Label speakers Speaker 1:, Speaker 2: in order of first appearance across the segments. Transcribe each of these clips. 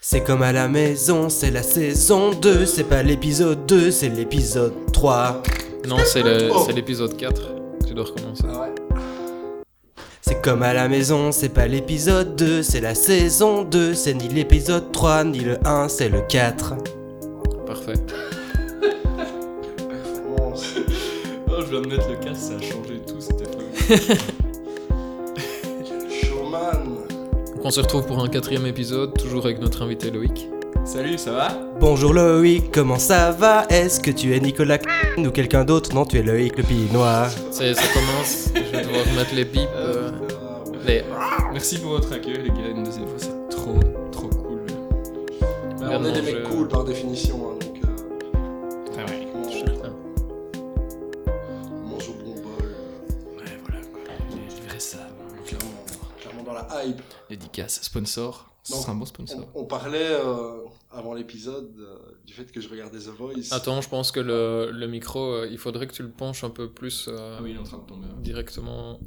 Speaker 1: C'est comme à la maison, c'est la saison 2, c'est pas l'épisode 2, c'est l'épisode 3.
Speaker 2: Non, c'est le- c'est l'épisode 4. Tu dois recommencer.
Speaker 1: C'est comme à la maison, c'est pas l'épisode 2, c'est la saison 2, c'est ni l'épisode 3, ni le 1, c'est le 4.
Speaker 2: Parfait.
Speaker 3: Oh, je viens de mettre le casque, ça a changé tout, c'était fou.
Speaker 4: Showman.
Speaker 2: Donc on se retrouve pour un quatrième épisode, toujours avec notre invité Loïc.
Speaker 3: Salut, ça va
Speaker 1: Bonjour Loïc, comment ça va Est-ce que tu es Nicolas ou quelqu'un d'autre Non, tu es Loïc le Pinois.
Speaker 2: Ça, y est, ça commence, je vais devoir mettre les bips. euh, les...
Speaker 3: Merci pour votre accueil, les gars, une deuxième fois, c'est trop, trop cool.
Speaker 4: Bah, on est des mecs
Speaker 2: je-
Speaker 4: cool par définition, hein, donc. euh,
Speaker 3: Ah ouais.
Speaker 4: comment-
Speaker 2: Ouais,
Speaker 4: comment on se bon bol,
Speaker 3: Ouais, voilà, quoi. J'ai livré ça.
Speaker 4: euh, clairement, clairement dans la hype.
Speaker 3: Dédicace, sponsor.
Speaker 4: Non.
Speaker 3: C'est un bon
Speaker 4: On,
Speaker 3: sponsor.
Speaker 4: on parlait euh, avant l'épisode euh, du fait que je regardais The Voice.
Speaker 2: Attends, je pense que le, le micro, euh, il faudrait que tu le penches un peu plus euh,
Speaker 3: Ah oui, il est en train de tomber.
Speaker 2: directement.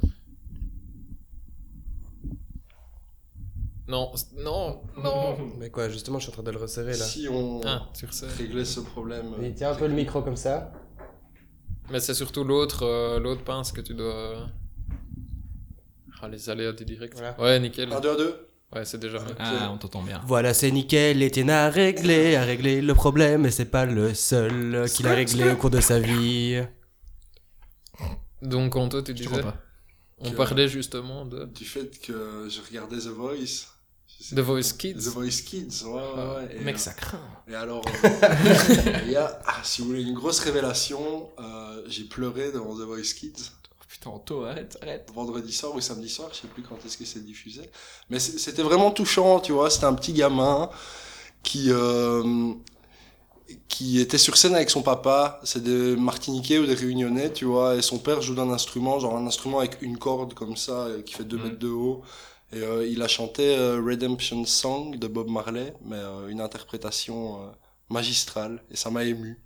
Speaker 2: Non, c- non, non
Speaker 1: Mais quoi, justement, je suis en train de le resserrer
Speaker 4: Si on
Speaker 2: Ah, sur ça.
Speaker 4: réglait ce problème. euh,
Speaker 1: tiens un peu le micro comme ça.
Speaker 2: Mais c'est surtout l'autre euh, l'autre pince que tu dois... Ah, les aléas du direct.
Speaker 1: Voilà.
Speaker 2: Ouais, nickel.
Speaker 4: euh, Un, deux, un, deux.
Speaker 2: Ouais, c'est déjà mieux.
Speaker 3: Ah, on t'entend bien.
Speaker 1: Voilà, c'est nickel, Etienne a réglé, a réglé le problème, et c'est pas le seul qu'il a réglé au cours de sa vie.
Speaker 2: Donc, Anto, tu
Speaker 3: Je
Speaker 2: disais...
Speaker 3: comprends pas.
Speaker 2: On
Speaker 4: Que-
Speaker 2: parlait justement de
Speaker 4: Du fait que je regardais The Voice. Je sais
Speaker 2: The
Speaker 4: pas.
Speaker 2: Voice Kids. Ah.
Speaker 4: The Voice Kids, ouais, ouais, ouais. Et, euh,
Speaker 3: Mec, ça craint.
Speaker 4: Et alors, euh, il y a, ah, si vous voulez, une grosse révélation. euh, j'ai pleuré devant The Voice Kids
Speaker 3: Oh, putain, Anto, arrête, arrête.
Speaker 4: vendredi soir ou samedi soir, je sais plus quand est-ce que c'est diffusé. Mais c'est- c'était vraiment touchant, tu vois. C'était un petit gamin qui euh, qui était sur scène avec son papa. C'est des Martiniquais ou des Réunionnais, tu vois. Et son père joue d'un instrument, genre un instrument avec une corde comme ça, euh, qui fait 2
Speaker 2: Mhm.
Speaker 4: mètres de haut. Et euh, il a chanté euh, Redemption Song de Bob Marley, mais euh, une interprétation euh, magistrale. Et ça m'a ému.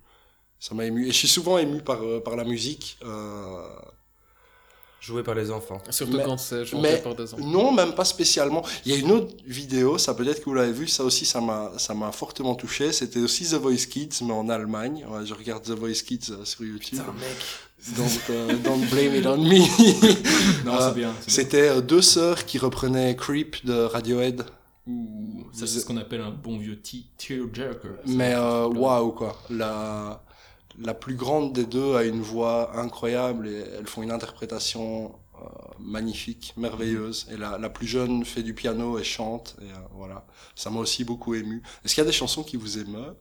Speaker 4: Ça m'a ému. Et je suis souvent ému par, euh, par la musique. Euh,
Speaker 1: Joué par les enfants.
Speaker 2: Surtout
Speaker 4: Mais-
Speaker 2: quand c'est chanté
Speaker 4: mais-
Speaker 2: par des enfants.
Speaker 4: Non, même pas spécialement. Il y a une autre vidéo, ça peut-être que vous l'avez vu, ça aussi, ça m'a, ça m'a fortement touché. C'était aussi The Voice Kids, mais en Allemagne. Ouais, je regarde The Voice Kids euh, sur YouTube.
Speaker 3: mec.
Speaker 4: Don't, euh, don't blame it on me.
Speaker 3: Non,
Speaker 4: Euh,
Speaker 3: c'est bien. Ah, c'est bien.
Speaker 4: C'était euh, deux sœurs qui reprenaient Creep de Radiohead.
Speaker 3: Ouh, Ça, c'est
Speaker 4: Vous-
Speaker 3: ce qu'on appelle un bon vieux tea- tearjerker.
Speaker 4: Mais euh,
Speaker 3: Ouais.
Speaker 4: waouh, quoi. La, la plus grande des deux a une voix incroyable et elles font une interprétation euh, magnifique, merveilleuse. Et la, la plus jeune fait du piano et chante. Et euh, voilà. Ça m'a aussi beaucoup ému. Est-ce qu'il y a des chansons qui vous émeuvent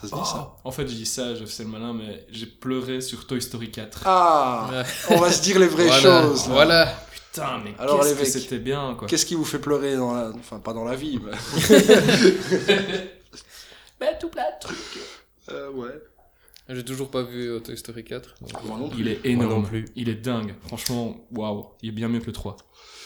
Speaker 4: Ça se dit
Speaker 3: Oh
Speaker 4: ça
Speaker 3: En fait, je dis ça, je fais le malin, mais j'ai pleuré sur Toy Story 4.
Speaker 4: Ah
Speaker 2: Oh. Ouais.
Speaker 4: On va se dire les vraies
Speaker 2: voilà,
Speaker 4: choses.
Speaker 3: Ah.
Speaker 4: là.
Speaker 2: Voilà.
Speaker 3: Putain, mais
Speaker 4: Alors,
Speaker 3: qu'est-ce
Speaker 4: les
Speaker 3: que
Speaker 4: mecs.
Speaker 3: c'était bien, quoi.
Speaker 4: Qu'est-ce qui vous fait pleurer dans la... Enfin, pas dans la vie, mais...
Speaker 3: tout plat,
Speaker 4: Euh, ouais.
Speaker 2: J'ai toujours pas vu euh, Toy Story 4. donc,
Speaker 4: Moi non plus.
Speaker 3: Il est
Speaker 1: Moi non
Speaker 3: énorme.
Speaker 1: plus.
Speaker 3: Il est dingue. Franchement, waouh. Il est bien mieux que le 3.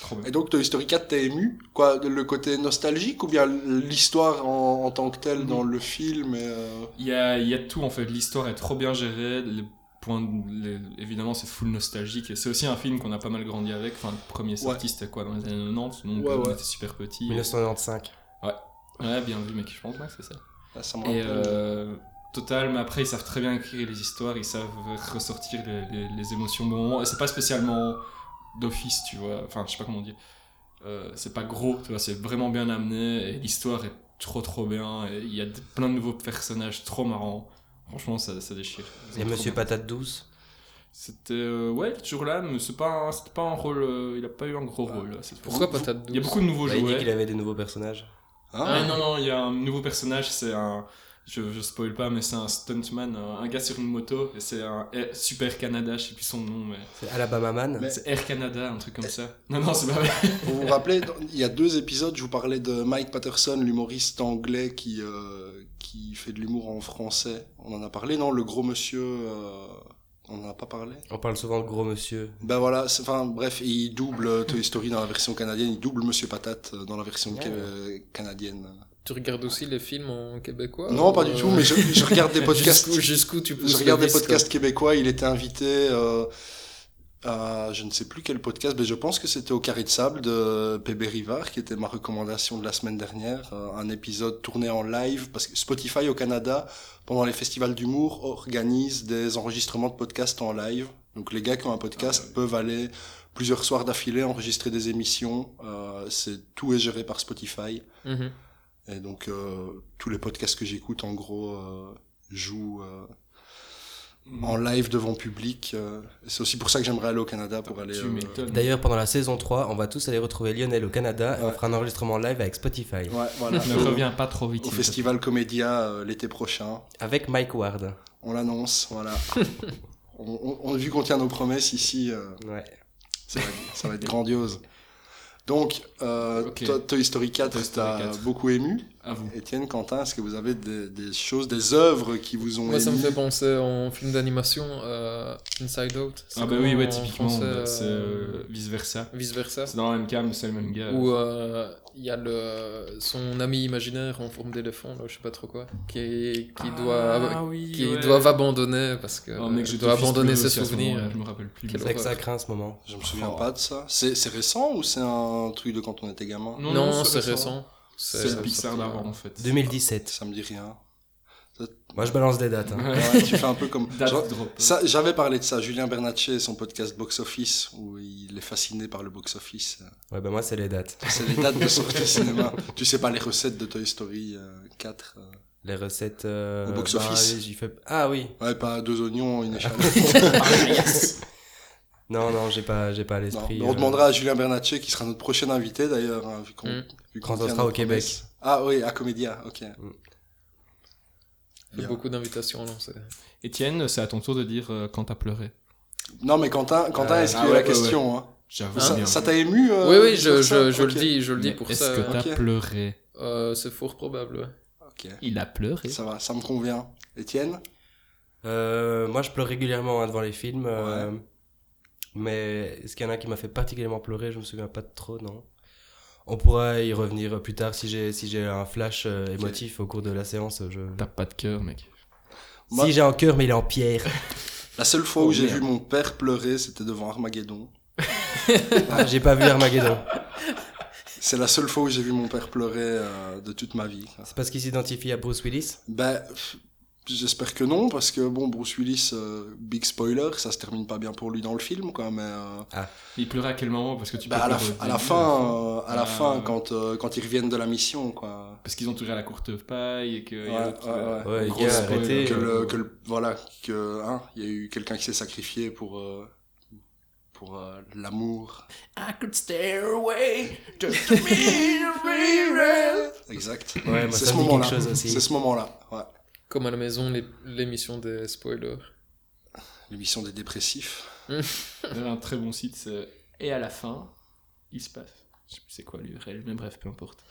Speaker 3: Trop bien.
Speaker 4: Et donc, Toy Story 4, t'es ému Quoi, le côté nostalgique ou bien l'histoire en, en tant que telle dans le film et, euh,
Speaker 3: Il y a, il y a tout, en fait. L'histoire est trop bien gérée. Les points, de- les- évidemment, c'est full nostalgique. Et c'est aussi un film qu'on a pas mal grandi avec. Enfin, le premier sorti, c'était quoi, dans les années 90 Donc, euh,
Speaker 4: Ouais,
Speaker 3: on
Speaker 4: ouais.
Speaker 3: était super petits.
Speaker 1: 1995.
Speaker 3: Ouais, bien vu, mec. Je pense que c'est ça.
Speaker 4: Ah, ça me
Speaker 3: Et
Speaker 4: rappelle.
Speaker 3: euh, total, mais après ils savent très bien écrire les histoires, ils savent ressortir les, les- les émotions au bon moment. Et c'est pas spécialement d'office, tu vois. Enfin, je sais pas comment dire. Euh, c'est pas gros, tu vois. C'est vraiment bien amené. Et l'histoire est trop trop bien. Et il y a de- plein de nouveaux personnages trop marrants. Franchement, ça, ça déchire. Ils
Speaker 1: Et
Speaker 3: sont trop
Speaker 1: Monsieur
Speaker 3: bien.
Speaker 1: Patate Douce.
Speaker 3: C'était euh, ouais, il est toujours là, mais c'est pas un- c'était pas un rôle. euh, il a pas eu un gros rôle. cette fois.
Speaker 2: Pourquoi patate douce
Speaker 3: Il y a beaucoup de nouveaux
Speaker 1: Ah. Bah,
Speaker 3: jouets.
Speaker 1: il dit qu'il avait des nouveaux personnages.
Speaker 4: Hein
Speaker 3: Ah, non, non, il y a un nouveau personnage, c'est un. Je, je spoil pas, mais c'est un stuntman, euh, un un gars sur une moto, et c'est un Air- Super Canada, je sais plus son nom, mais.
Speaker 1: C'est Alabama Man.
Speaker 4: Mais-
Speaker 3: C'est Air Canada, un truc comme ça. Non, non, c'est pas vrai.
Speaker 4: Vous vous rappelez, dans- il y a deux épisodes, je vous parlais de Mike Patterson, l'humoriste anglais qui, euh, qui fait de l'humour en français. On en a parlé, non Le gros monsieur, euh, on n'en a pas parlé
Speaker 1: On parle souvent de gros monsieur.
Speaker 4: Ben voilà, c'est- enfin bref, il double euh, Toy Story dans la version canadienne, il double Monsieur Patate euh, dans la version
Speaker 1: Ouais.
Speaker 4: ca- euh, canadienne.
Speaker 2: Tu regardes aussi les films en québécois
Speaker 4: non, pas
Speaker 2: ou,
Speaker 4: du
Speaker 2: euh,
Speaker 4: tout, mais je, je regarde des podcasts.
Speaker 2: Jusqu'où, jusqu'où tu pousses
Speaker 4: Je regarde
Speaker 2: le
Speaker 4: des
Speaker 2: vice,
Speaker 4: podcasts québécois, il était invité euh, à je ne sais plus quel podcast, mais je pense que c'était au Carré de Sable de Pébé Rivard, qui était ma recommandation de la semaine dernière. euh, Un épisode tourné en live, parce que Spotify au Canada, pendant les festivals d'humour, organise des enregistrements de podcasts en live. Donc les gars qui ont un podcast
Speaker 3: Ah, oui.
Speaker 4: peuvent aller plusieurs soirs d'affilée enregistrer des émissions. Euh, c'est tout est géré par Spotify.
Speaker 2: Mhm.
Speaker 4: Et donc, euh, tous les podcasts que j'écoute, en gros, euh, jouent euh, en live devant public. euh. c'est aussi pour ça que j'aimerais aller au Canada pour aller.
Speaker 3: Tu
Speaker 4: euh,
Speaker 3: m'étonnes.
Speaker 1: D'ailleurs, pendant la saison 3, on va tous aller retrouver Lionel au Canada et on
Speaker 4: Ouais.
Speaker 1: fera un enregistrement live avec Spotify.
Speaker 4: ouais, voilà.
Speaker 3: ne
Speaker 4: Au-
Speaker 3: reviens pas trop vite.
Speaker 4: Au
Speaker 3: s'il te
Speaker 4: Festival Comédia euh, l'été prochain.
Speaker 1: Avec Mike Ward.
Speaker 4: On l'annonce, voilà. on, on, on- vu qu'on tient nos promesses ici, euh,
Speaker 1: Ouais.
Speaker 4: ça, va être, ça va être grandiose. Donc, euh,
Speaker 3: Ok.
Speaker 4: Toy- Toy Story 4,
Speaker 3: Toy Story
Speaker 4: t'a
Speaker 3: 4.
Speaker 4: beaucoup ému.
Speaker 3: plaît. À vous.
Speaker 4: Étienne, Quentin, est-ce que vous avez des, des choses, des œuvres qui vous ont
Speaker 2: Moi, ça me
Speaker 4: ému
Speaker 2: fait penser en film d'animation euh, Inside Out. C'est
Speaker 3: Ah bah
Speaker 2: comment
Speaker 3: oui, ouais,
Speaker 2: en
Speaker 3: typiquement,
Speaker 2: français, euh,
Speaker 3: c'est euh, vice versa.
Speaker 2: Vice versa.
Speaker 3: C'est dans la même cam, c'est le même gars.
Speaker 2: Où euh, il y a le, son ami imaginaire en forme d'éléphant, là, je sais pas trop quoi, qui, qui, doit,
Speaker 3: Ah, oui,
Speaker 2: qui doivent abandonner parce que
Speaker 3: Oh mec,
Speaker 2: euh,
Speaker 3: je
Speaker 2: doit abandonner ses souvenirs.
Speaker 3: Je me rappelle plus.
Speaker 2: Quel
Speaker 1: C'est vrai que ça craint ce moment.
Speaker 4: Je me
Speaker 3: Oh.
Speaker 4: souviens pas de ça. C'est c'est récent ou c'est un truc de quand on était gamin
Speaker 2: Non, c'est récent.
Speaker 3: C'est le Pixar
Speaker 2: sorti,
Speaker 3: d'avant
Speaker 2: euh,
Speaker 3: en fait.
Speaker 1: 2017.
Speaker 4: Ça me dit rien.
Speaker 1: Moi, je balance des dates. hein.
Speaker 4: Ouais, tu fais un peu comme.
Speaker 3: Date drop.
Speaker 4: Ça, J'avais parlé de ça, Julien Bernatchez et son podcast Box Office, où il est fasciné par le box office.
Speaker 1: Ouais, bah moi, c'est les dates.
Speaker 4: C'est les dates de sortie cinéma. Tu sais pas les recettes de Toy Story euh, 4. euh.
Speaker 1: Les recettes. euh,
Speaker 4: Au box
Speaker 1: bah,
Speaker 4: office.
Speaker 1: j'y fais- Ah oui.
Speaker 4: Ouais, pas deux oignons, une échalote.
Speaker 1: Non, non, j'ai pas, j'ai pas à
Speaker 4: Non,
Speaker 1: l'esprit.
Speaker 4: mais on
Speaker 1: euh,
Speaker 4: demandera à Julien Bernatchez, qui sera notre prochain invité d'ailleurs, hein, vu qu'on
Speaker 2: Mm.
Speaker 4: vu
Speaker 1: Quand on
Speaker 4: tient
Speaker 1: sera
Speaker 4: nos
Speaker 1: au Québec.
Speaker 4: promesses. Ah oui, à Comédia, ok.
Speaker 2: Il y a beaucoup d'invitations lancées.
Speaker 3: Étienne, c'est à ton tour de dire euh, quand t'as pleuré.
Speaker 4: Non, mais Quentin, Quentin
Speaker 2: Euh,
Speaker 4: est-ce
Speaker 3: ah
Speaker 4: qu'il y a
Speaker 3: ouais,
Speaker 4: la
Speaker 3: ouais,
Speaker 4: question hein
Speaker 3: J'avoue
Speaker 2: Hein
Speaker 3: bien.
Speaker 4: Ça ça t'a ému euh,
Speaker 2: oui, oui,
Speaker 4: sur
Speaker 2: je,
Speaker 4: ça
Speaker 2: je, je
Speaker 4: Ok.
Speaker 2: le dis, je le dis
Speaker 3: Mais
Speaker 2: pour
Speaker 3: Est-ce
Speaker 2: ça. hein.
Speaker 3: que t'as
Speaker 4: ok.
Speaker 3: pleuré
Speaker 2: Euh, c'est fort probable. ouais.
Speaker 4: Ok.
Speaker 3: Il a pleuré.
Speaker 4: Ça va, ça me convient. Étienne
Speaker 1: euh, moi, je pleure régulièrement hein, devant les films. euh, Mais est-ce qu'il y en a un qui m'a fait particulièrement pleurer Je me souviens pas de trop, non. On pourra y revenir plus tard si j'ai si j'ai un flash euh, émotif au cours de la séance. Je...
Speaker 3: T'as pas de cœur, mec.
Speaker 4: Moi-
Speaker 1: Si j'ai un cœur, mais il est en pierre.
Speaker 4: La seule fois
Speaker 3: Oh,
Speaker 4: où j'ai
Speaker 3: merde.
Speaker 4: vu mon père pleurer, c'était devant Armageddon.
Speaker 1: Ah, j'ai pas vu Armageddon.
Speaker 4: C'est la seule fois où j'ai vu mon père pleurer euh, de toute ma vie.
Speaker 1: C'est parce qu'il s'identifie à Bruce Willis.
Speaker 4: Ben, pff, j'espère que non, parce que bon, Bruce Willis, euh, big spoiler, ça se termine pas bien pour lui dans le film, quoi. Mais euh,
Speaker 3: Il pleurait à quel moment Parce que tu
Speaker 4: ben,
Speaker 3: peux
Speaker 4: à, la,
Speaker 3: pleurer au
Speaker 4: à la
Speaker 3: début,
Speaker 4: fin, euh, à la
Speaker 3: Ah,
Speaker 4: fin,
Speaker 3: ouais.
Speaker 4: quand euh, quand ils reviennent de la mission, quoi.
Speaker 3: Parce qu'ils ont tourné à la courte paille et que. il y a
Speaker 4: Ouais,
Speaker 3: l'autre,
Speaker 4: ouais,
Speaker 3: euh,
Speaker 1: Ouais, les
Speaker 3: gros
Speaker 1: gars,
Speaker 3: spoil,
Speaker 1: arrêtez.
Speaker 4: Que
Speaker 1: Et,
Speaker 4: le,
Speaker 1: euh,
Speaker 4: que le- voilà, que hein, il y a eu quelqu'un qui s'est sacrifié pour euh, pour euh, l'amour.
Speaker 2: I could stay away.
Speaker 4: Exact.
Speaker 1: Ouais, moi, ça
Speaker 4: C'est ce
Speaker 1: me dit
Speaker 4: moment-là.
Speaker 1: quelque chose
Speaker 4: C'est
Speaker 1: aussi.
Speaker 4: ce moment-là. Ouais.
Speaker 2: Comme à la maison, les- l'émission des spoilers.
Speaker 4: L'émission des dépressifs.
Speaker 3: Il y a Euh, un très bon site. c'est- Et à la fin, il se passe. Je sais plus c'est quoi l'URL, mais bref, peu importe.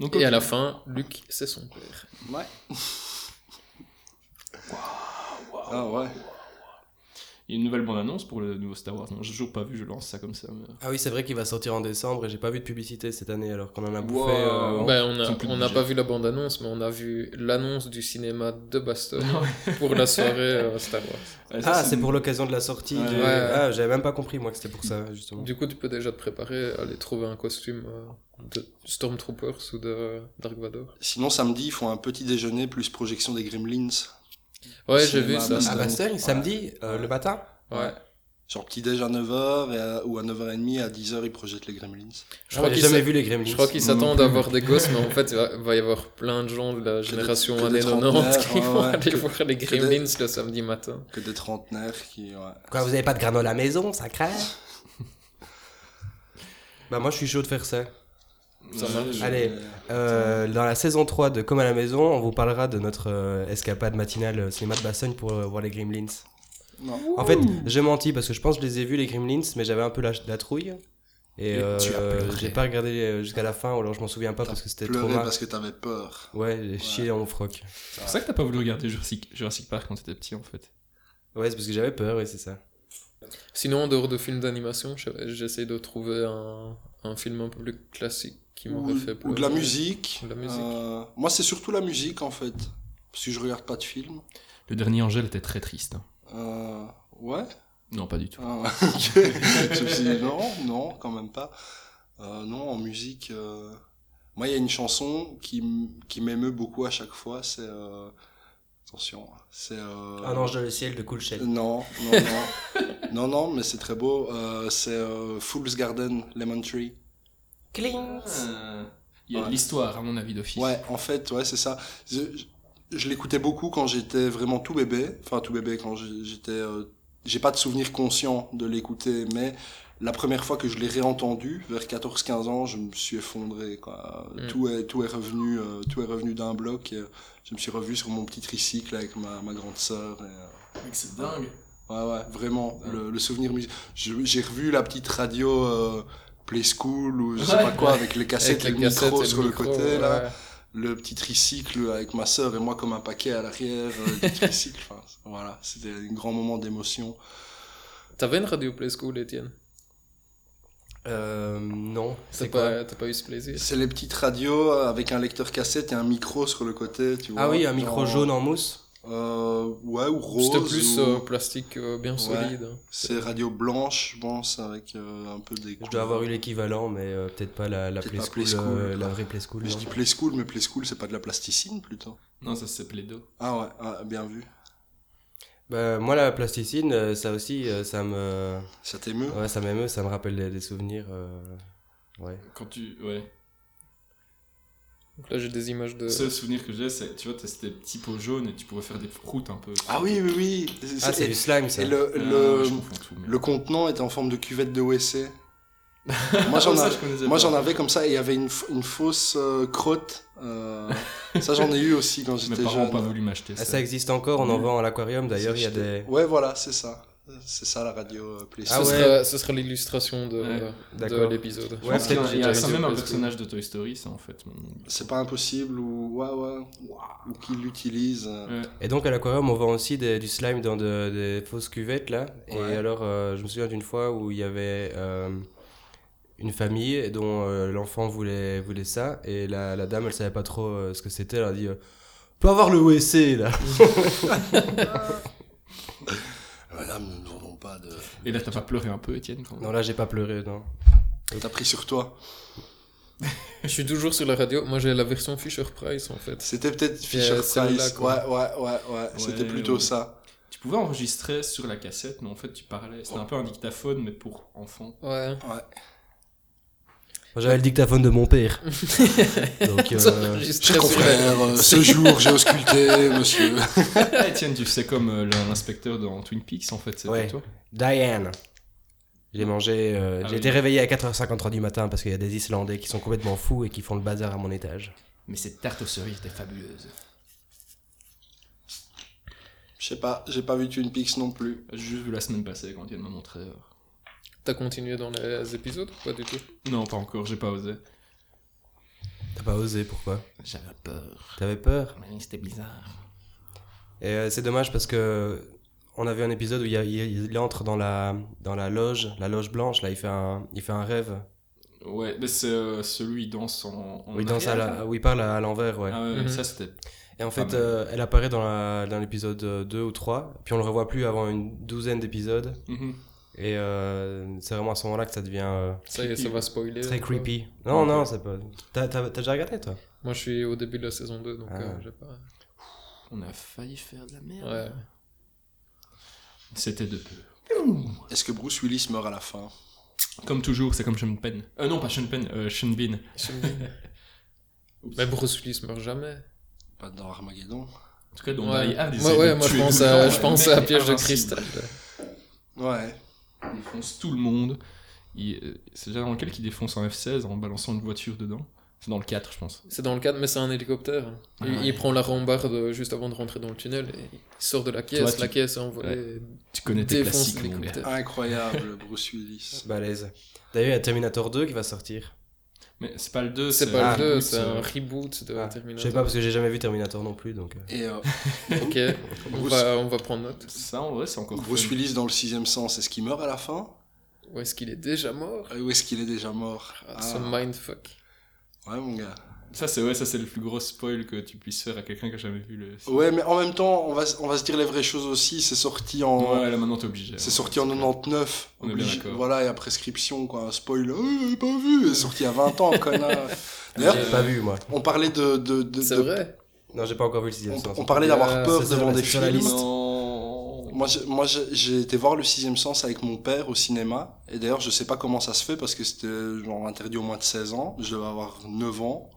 Speaker 3: Donc,
Speaker 2: Et à
Speaker 3: ok.
Speaker 2: la fin, Luc, c'est son père.
Speaker 4: Ouais. Ah ouais.
Speaker 3: Il y a une nouvelle bande-annonce pour le nouveau Star Wars. Non, j'ai toujours pas vu, je lance ça comme ça. mais-
Speaker 1: Ah oui, c'est vrai qu'il va sortir en décembre et j'ai pas vu de publicité cette année alors qu'on en a bouffé.
Speaker 3: Wow.
Speaker 1: euh,
Speaker 3: Bon,
Speaker 2: Ben, on
Speaker 3: ils
Speaker 2: a-
Speaker 3: ont plus de
Speaker 2: on n'a
Speaker 3: budget.
Speaker 2: pas vu la bande-annonce, mais on a vu l'annonce du cinéma de Bastogne pour la soirée euh, Star Wars.
Speaker 3: Ouais, ça,
Speaker 1: Ah, c'est pour l'occasion de la sortie.
Speaker 4: Ouais.
Speaker 1: du-
Speaker 4: Ouais.
Speaker 1: Ah, j'avais même pas compris moi que c'était pour ça, justement.
Speaker 2: Du coup, tu peux déjà te préparer à aller trouver un costume euh, de Stormtroopers ou de Dark Vador.
Speaker 4: Sinon, samedi, ils font un petit déjeuner plus projection des Gremlins.
Speaker 2: Ouais, j'ai vu
Speaker 4: Cinéma
Speaker 2: ça.
Speaker 4: Bastogne.
Speaker 1: Ah, Bastogne, samedi, euh, le matin
Speaker 2: Ouais.
Speaker 4: Genre petit déj à 9h et à- ou à 9h30, à 10h, ils projettent les Gremlins.
Speaker 2: Je
Speaker 1: Je
Speaker 2: crois
Speaker 1: crois
Speaker 2: qu'ils
Speaker 1: Ah, jamais
Speaker 2: s'a-
Speaker 1: vu les Gremlins.
Speaker 2: Je crois qu'ils
Speaker 3: Non
Speaker 2: s'attendent
Speaker 3: plus.
Speaker 2: à avoir des gosses, mais en fait, il va- va y avoir plein de gens de la génération
Speaker 4: que des
Speaker 2: années 90 qui
Speaker 4: trentenaires,
Speaker 2: vont
Speaker 4: ouais, ouais.
Speaker 2: aller
Speaker 4: Que-
Speaker 2: voir les
Speaker 4: que des-
Speaker 2: Gremlins le samedi matin.
Speaker 4: Que des trentenaires qui. ouais.
Speaker 1: Quoi, vous avez pas de granola à la maison, ça craint Bah moi je suis chaud de faire ça.
Speaker 2: Ça marche.
Speaker 1: Allez, euh, dans la saison 3 de Comme à la maison, on vous parlera de notre euh, escapade matinale au cinéma de Bastogne pour euh, voir les Gremlins.
Speaker 4: Non.
Speaker 1: En fait, j'ai menti parce que je pense que je les ai vus les Gremlins, mais j'avais un peu la, la trouille. Et,
Speaker 3: Et
Speaker 1: euh,
Speaker 3: tu as pleuré.
Speaker 1: j'ai pas regardé euh, jusqu'à la fin, ou alors je m'en souviens pas parce que c'était trop
Speaker 4: Pleurer
Speaker 1: mal.
Speaker 4: parce que t'avais peur.
Speaker 1: Ouais, j'ai chié dans mon froc.
Speaker 3: C'est pour ça que t'as pas voulu regarder Jurassic, Jurassic Park quand t'étais petit en fait.
Speaker 1: Ouais, c'est parce que j'avais peur, ouais, c'est ça.
Speaker 2: Sinon, en dehors de films d'animation, je- j'essaie de trouver un, un film un peu plus classique qui
Speaker 4: Ou,
Speaker 2: m'aurait fait
Speaker 4: ou
Speaker 2: pleurer.
Speaker 4: de la musique.
Speaker 2: Ou de la musique.
Speaker 4: Euh, moi, c'est surtout la musique, en fait. Parce que je regarde pas de films.
Speaker 3: Le dernier Angèle était très triste. hein.
Speaker 4: Euh, ouais.
Speaker 2: Non, pas du tout.
Speaker 4: Ah, ok. Je me suis dit, non, non, quand même pas. Euh, non, en musique, euh, moi, il y a une chanson qui, m- qui m'émeut beaucoup à chaque fois, c'est... euh, Attention, c'est... euh,
Speaker 1: Un ange dans le ciel de Cool Shell.
Speaker 4: Non, non, non. non, non, mais c'est très beau. Euh, c'est euh, Fool's Garden, Lemon Tree.
Speaker 1: Cling
Speaker 3: Euh, Il y a
Speaker 4: Ah, Ouais.
Speaker 3: de l'histoire, à mon avis, d'office.
Speaker 4: Ouais, en fait, ouais, c'est ça. Je, je- je l'écoutais beaucoup quand j'étais vraiment tout bébé. Enfin, tout bébé, quand j'ai- j'étais. euh, j'ai pas de souvenir conscient de l'écouter, mais la première fois que je l'ai réentendu, vers 14-15 ans, je me suis effondré. Quoi.
Speaker 2: Mm.
Speaker 4: Tout, est, tout, est revenu, euh, tout est revenu d'un bloc. et, euh, je me suis revu sur mon petit tricycle avec ma, ma grande sœur. et, euh,
Speaker 3: Mec, C'est dingue.
Speaker 4: Ouais, ouais, vraiment.
Speaker 2: Mm.
Speaker 4: Le, le souvenir musique. J'ai revu la petite radio euh, Play School ou je sais
Speaker 3: Ouais.
Speaker 4: pas quoi avec les cassettes et
Speaker 2: Avec
Speaker 4: le
Speaker 2: les cassettes
Speaker 4: micro
Speaker 2: et
Speaker 4: sur le
Speaker 2: micro,
Speaker 4: côté,
Speaker 2: ouais.
Speaker 4: là. Le petit tricycle avec ma sœur et moi comme un paquet à l'arrière euh, du tricycle. Enfin, voilà, c'était un grand moment d'émotion.
Speaker 2: T'avais une radio Play School, Étienne
Speaker 1: Euh, non,
Speaker 2: T'as
Speaker 1: c'est quoi
Speaker 2: pas, t'as pas eu ce plaisir
Speaker 4: C'est les petites radios euh, avec un lecteur cassette et un micro sur le côté, tu vois.
Speaker 1: Ah oui, un micro
Speaker 4: Dans-
Speaker 1: jaune en mousse.
Speaker 4: Euh, ouais, ou rose.
Speaker 2: C'était plus
Speaker 4: ou-
Speaker 2: euh, plastique euh, bien solide.
Speaker 4: C'est radio blanche, je pense, avec euh, un peu des.
Speaker 1: Je dois avoir eu l'équivalent, mais euh, peut-être pas la, la
Speaker 4: Peut-être
Speaker 1: Play
Speaker 4: pas Play
Speaker 1: School, euh,
Speaker 4: School.
Speaker 1: la vraie Play School.
Speaker 4: Je
Speaker 1: non.
Speaker 4: dis Play School, mais Play School, c'est pas de la plasticine plutôt.
Speaker 3: Non, ça c'est Plédo.
Speaker 4: Ah ouais, ah, bien vu.
Speaker 1: Bah, moi, la plasticine, euh, ça aussi, euh, ça me.
Speaker 4: Ça t'émeut
Speaker 1: Ouais, ça m'émeut, ça me rappelle des, des souvenirs. euh, Ouais.
Speaker 3: Quand tu.
Speaker 4: Euh.
Speaker 3: Ouais.
Speaker 2: Donc là, j'ai des images de.
Speaker 3: Le seul souvenir que j'ai, c'est. Tu vois, t'as c'était petits pots jaunes et tu pouvais faire des routes un peu.
Speaker 4: Ah oui, oui, oui.
Speaker 1: Ah, c'est du slime, ça.
Speaker 4: et le,
Speaker 3: Ah,
Speaker 4: le,
Speaker 3: je confonds tout, mais-
Speaker 4: le contenant était en forme de cuvette de WC.
Speaker 3: Ah,
Speaker 4: moi, j'en
Speaker 3: ça,
Speaker 4: avais,
Speaker 3: je connaissais
Speaker 4: moi,
Speaker 3: pas.
Speaker 4: j'en avais comme ça et il y avait une, f- une fausse euh, crotte. euh, ça, j'en ai eu aussi quand
Speaker 3: Mes
Speaker 4: j'étais
Speaker 3: parents
Speaker 4: jeune.
Speaker 3: n'ont pas voulu m'acheter
Speaker 1: Ah,
Speaker 3: ça.
Speaker 1: ça existe encore, on en
Speaker 3: Ouais.
Speaker 1: vend à l'aquarium d'ailleurs, il y a
Speaker 4: C'était-
Speaker 1: des.
Speaker 4: Ouais, voilà, c'est ça. C'est ça la radio euh, PlayStation.
Speaker 1: Ah
Speaker 2: ce,
Speaker 1: ouais.
Speaker 2: serait, ce serait l'illustration de,
Speaker 3: Ouais.
Speaker 2: de
Speaker 1: D'accord.
Speaker 2: l'épisode.
Speaker 1: Ouais,
Speaker 3: Parce qu'il y a-
Speaker 1: peut-être
Speaker 3: il y a
Speaker 2: j'ai
Speaker 3: ça
Speaker 2: déjà
Speaker 3: même
Speaker 2: vu
Speaker 3: un
Speaker 2: Play School.
Speaker 3: personnage de Toy Story, ça en fait.
Speaker 4: C'est pas impossible ou ouais, ouais, ou qu'ils l'utilisent. euh.
Speaker 3: Ouais.
Speaker 1: Et donc à l'aquarium, on vend aussi des- du slime dans de- des fausses cuvettes là.
Speaker 4: Ouais.
Speaker 1: Et alors, euh, je me souviens d'une fois où il y avait euh, une famille dont euh, l'enfant voulait, voulait ça. Et la, la dame, elle savait pas trop euh, ce que c'était. Elle a dit euh, Peut avoir le WC là
Speaker 4: Madame, nous ne vendons pas de.
Speaker 3: Et là, t'as pas pleuré un peu, Étienne quand
Speaker 1: Non, là, j'ai pas pleuré, non.
Speaker 4: T'as pris sur toi.
Speaker 2: Je suis toujours sur la radio. Moi, j'ai la version Fisher Price en fait.
Speaker 4: C'était peut-être
Speaker 1: Euh,
Speaker 4: Fisher
Speaker 2: celle-là,
Speaker 4: Price. Ouais, ouais,
Speaker 2: quoi.
Speaker 4: ouais, ouais. C'était
Speaker 3: Ouais,
Speaker 4: plutôt
Speaker 3: ouais.
Speaker 4: ça.
Speaker 3: Tu pouvais enregistrer sur la cassette, mais en fait, tu parlais. C'était un peu un dictaphone, mais pour enfants.
Speaker 2: Ouais.
Speaker 1: Moi, J'avais le dictaphone de mon père. donc, euh,
Speaker 4: Cher confrère, euh, ce jour j'ai ausculté, monsieur.
Speaker 3: Ah, Étienne, tu sais comme euh, l'inspecteur dans Twin Peaks, en fait, c'était
Speaker 1: Ouais.
Speaker 3: toi.
Speaker 1: Diane j'ai mangé, euh,
Speaker 3: Ah
Speaker 1: j'ai
Speaker 3: oui.
Speaker 1: été réveillé à 4h53 du matin parce qu'il y a des Islandais qui sont complètement fous et qui font le bazar à mon étage.
Speaker 3: Mais cette tarte aux cerises était fabuleuse.
Speaker 4: Je sais pas, j'ai pas vu Twin Peaks non plus.
Speaker 3: J'ai juste vu la semaine passée quand Étienne m'a montré. euh,
Speaker 2: T'as continué dans les épisodes ou pas du tout
Speaker 3: Non, pas encore, j'ai pas osé.
Speaker 1: T'as pas osé, pourquoi
Speaker 3: J'avais peur.
Speaker 1: T'avais peur
Speaker 3: Mais C'était bizarre.
Speaker 1: Et euh, c'est dommage parce que on a vu un épisode où il, y a- il- il entre dans la, dans la loge, la loge blanche, là, il fait un, il fait un rêve.
Speaker 3: Ouais, mais c'est euh, celui qui danse en. en
Speaker 1: Où il, danse à
Speaker 3: arrière,
Speaker 1: la-
Speaker 3: là.
Speaker 1: où il parle à, à l'envers, ouais.
Speaker 3: Ah ouais,
Speaker 2: Mhm.
Speaker 3: ça c'était.
Speaker 1: Et en
Speaker 3: Pas
Speaker 1: fait,
Speaker 3: mal.
Speaker 1: euh, elle apparaît dans la- dans l'épisode euh, 2 ou 3, puis on le revoit plus avant une douzaine d'épisodes.
Speaker 3: Mhm.
Speaker 1: Et euh, c'est vraiment à ce moment-là que ça devient euh,
Speaker 2: Ça y est, ça va spoiler.
Speaker 1: très
Speaker 2: quoi.
Speaker 1: creepy. Non,
Speaker 4: euh,
Speaker 3: Ouais.
Speaker 1: non, c'est pas. T'as t'as- t'as déjà regardé, toi
Speaker 2: Moi, je suis au début de la saison 2, donc
Speaker 1: Ah.
Speaker 2: euh, j'ai pas.
Speaker 3: On a failli faire de la merde.
Speaker 2: Ouais.
Speaker 3: C'était de peu.
Speaker 4: Est-ce que Bruce Willis meurt à la fin
Speaker 3: Comme toujours, c'est comme Sean Penn. Euh, non, pas Sean Penn, euh, Sean Bean.
Speaker 2: J'aime bien. Mais Bruce Willis meurt jamais.
Speaker 4: Pas dans Armageddon
Speaker 3: En tout cas, dans
Speaker 2: Ouais.
Speaker 3: Die Hard, ils
Speaker 2: moi,
Speaker 3: essaient
Speaker 2: ouais,
Speaker 3: de
Speaker 2: moi je
Speaker 3: tuer
Speaker 2: pense
Speaker 3: tout le
Speaker 2: à,
Speaker 3: monde.
Speaker 2: je pense
Speaker 3: Le mec
Speaker 2: à
Speaker 3: est
Speaker 2: Piège de
Speaker 3: invincible.
Speaker 2: Cristal.
Speaker 4: Ouais.
Speaker 3: Il défonce tout le monde. Il- euh, C'est déjà dans lequel qu'il défonce un F-16 en balançant une voiture dedans C'est dans le 4, je pense.
Speaker 2: C'est dans le cadre, mais c'est un hélicoptère. Il,
Speaker 3: Ah ouais.
Speaker 2: il prend la rambarde euh, juste avant de rentrer dans le tunnel et il sort de la caisse.
Speaker 3: Toi, tu-
Speaker 2: La caisse est envolée.
Speaker 3: Tu connais tes
Speaker 2: Défonce
Speaker 3: classiques, mon gars.
Speaker 2: l'hélicoptère.
Speaker 4: Incroyable, Bruce Willis.
Speaker 1: Balèze. D'ailleurs, il y a Terminator 2 qui va sortir.
Speaker 3: Mais c'est pas le 2,
Speaker 2: C'est pas
Speaker 1: Ah,
Speaker 2: le 2,
Speaker 3: reboot,
Speaker 2: c'est un
Speaker 3: euh,
Speaker 2: reboot de
Speaker 1: Ah, je
Speaker 2: Terminator.
Speaker 1: sais pas parce que j'ai jamais vu Terminator non plus, donc. euh.
Speaker 4: Et euh,
Speaker 2: Ok, on
Speaker 4: Bruce-
Speaker 2: va, on va prendre note.
Speaker 3: Ça, en vrai, c'est encore.
Speaker 4: Bruce
Speaker 3: fun.
Speaker 4: Willis dans le sixième sens, est-ce qu'il meurt à la fin
Speaker 2: Ou est-ce qu'il est déjà mort
Speaker 4: Euh, Ou est-ce qu'il est déjà mort
Speaker 2: ah,
Speaker 4: Ah,
Speaker 2: Ce mindfuck.
Speaker 4: Ouais, mon gars.
Speaker 3: Ça, c'est ouais, ça, c'est le plus gros spoil que tu puisses faire à quelqu'un qui a jamais vu le.
Speaker 4: Ouais, mais en même temps, on va, s- on va se dire les vraies choses aussi. C'est sorti en.
Speaker 3: Ouais, là maintenant t'es obligé. hein.
Speaker 4: C'est sorti en 99.
Speaker 3: On est bien
Speaker 4: Obligé-
Speaker 3: d'accord.
Speaker 4: voilà, il y a prescription, quoi. Un spoil. Euh, j'ai pas vu. C'est sorti il y a 20 ans, connard. D'ailleurs, euh,
Speaker 1: J'ai pas vu, moi.
Speaker 4: on parlait de. de, de-
Speaker 2: C'est
Speaker 4: de-
Speaker 2: vrai.
Speaker 1: Non, j'ai pas encore vu le sixième
Speaker 4: on,
Speaker 1: sens. Ah,
Speaker 4: on parlait
Speaker 2: Euh,
Speaker 4: d'avoir peur
Speaker 1: c'est sur-
Speaker 4: devant des
Speaker 1: c'est sur la
Speaker 4: films.
Speaker 1: liste.
Speaker 3: Non.
Speaker 4: Moi, j'ai- moi, j'ai- j'ai été voir Le Sixième Sens avec mon père au cinéma. Et d'ailleurs, je sais pas comment ça se fait parce que c'était genre interdit au moins de 16 ans. Je devais avoir 9 ans.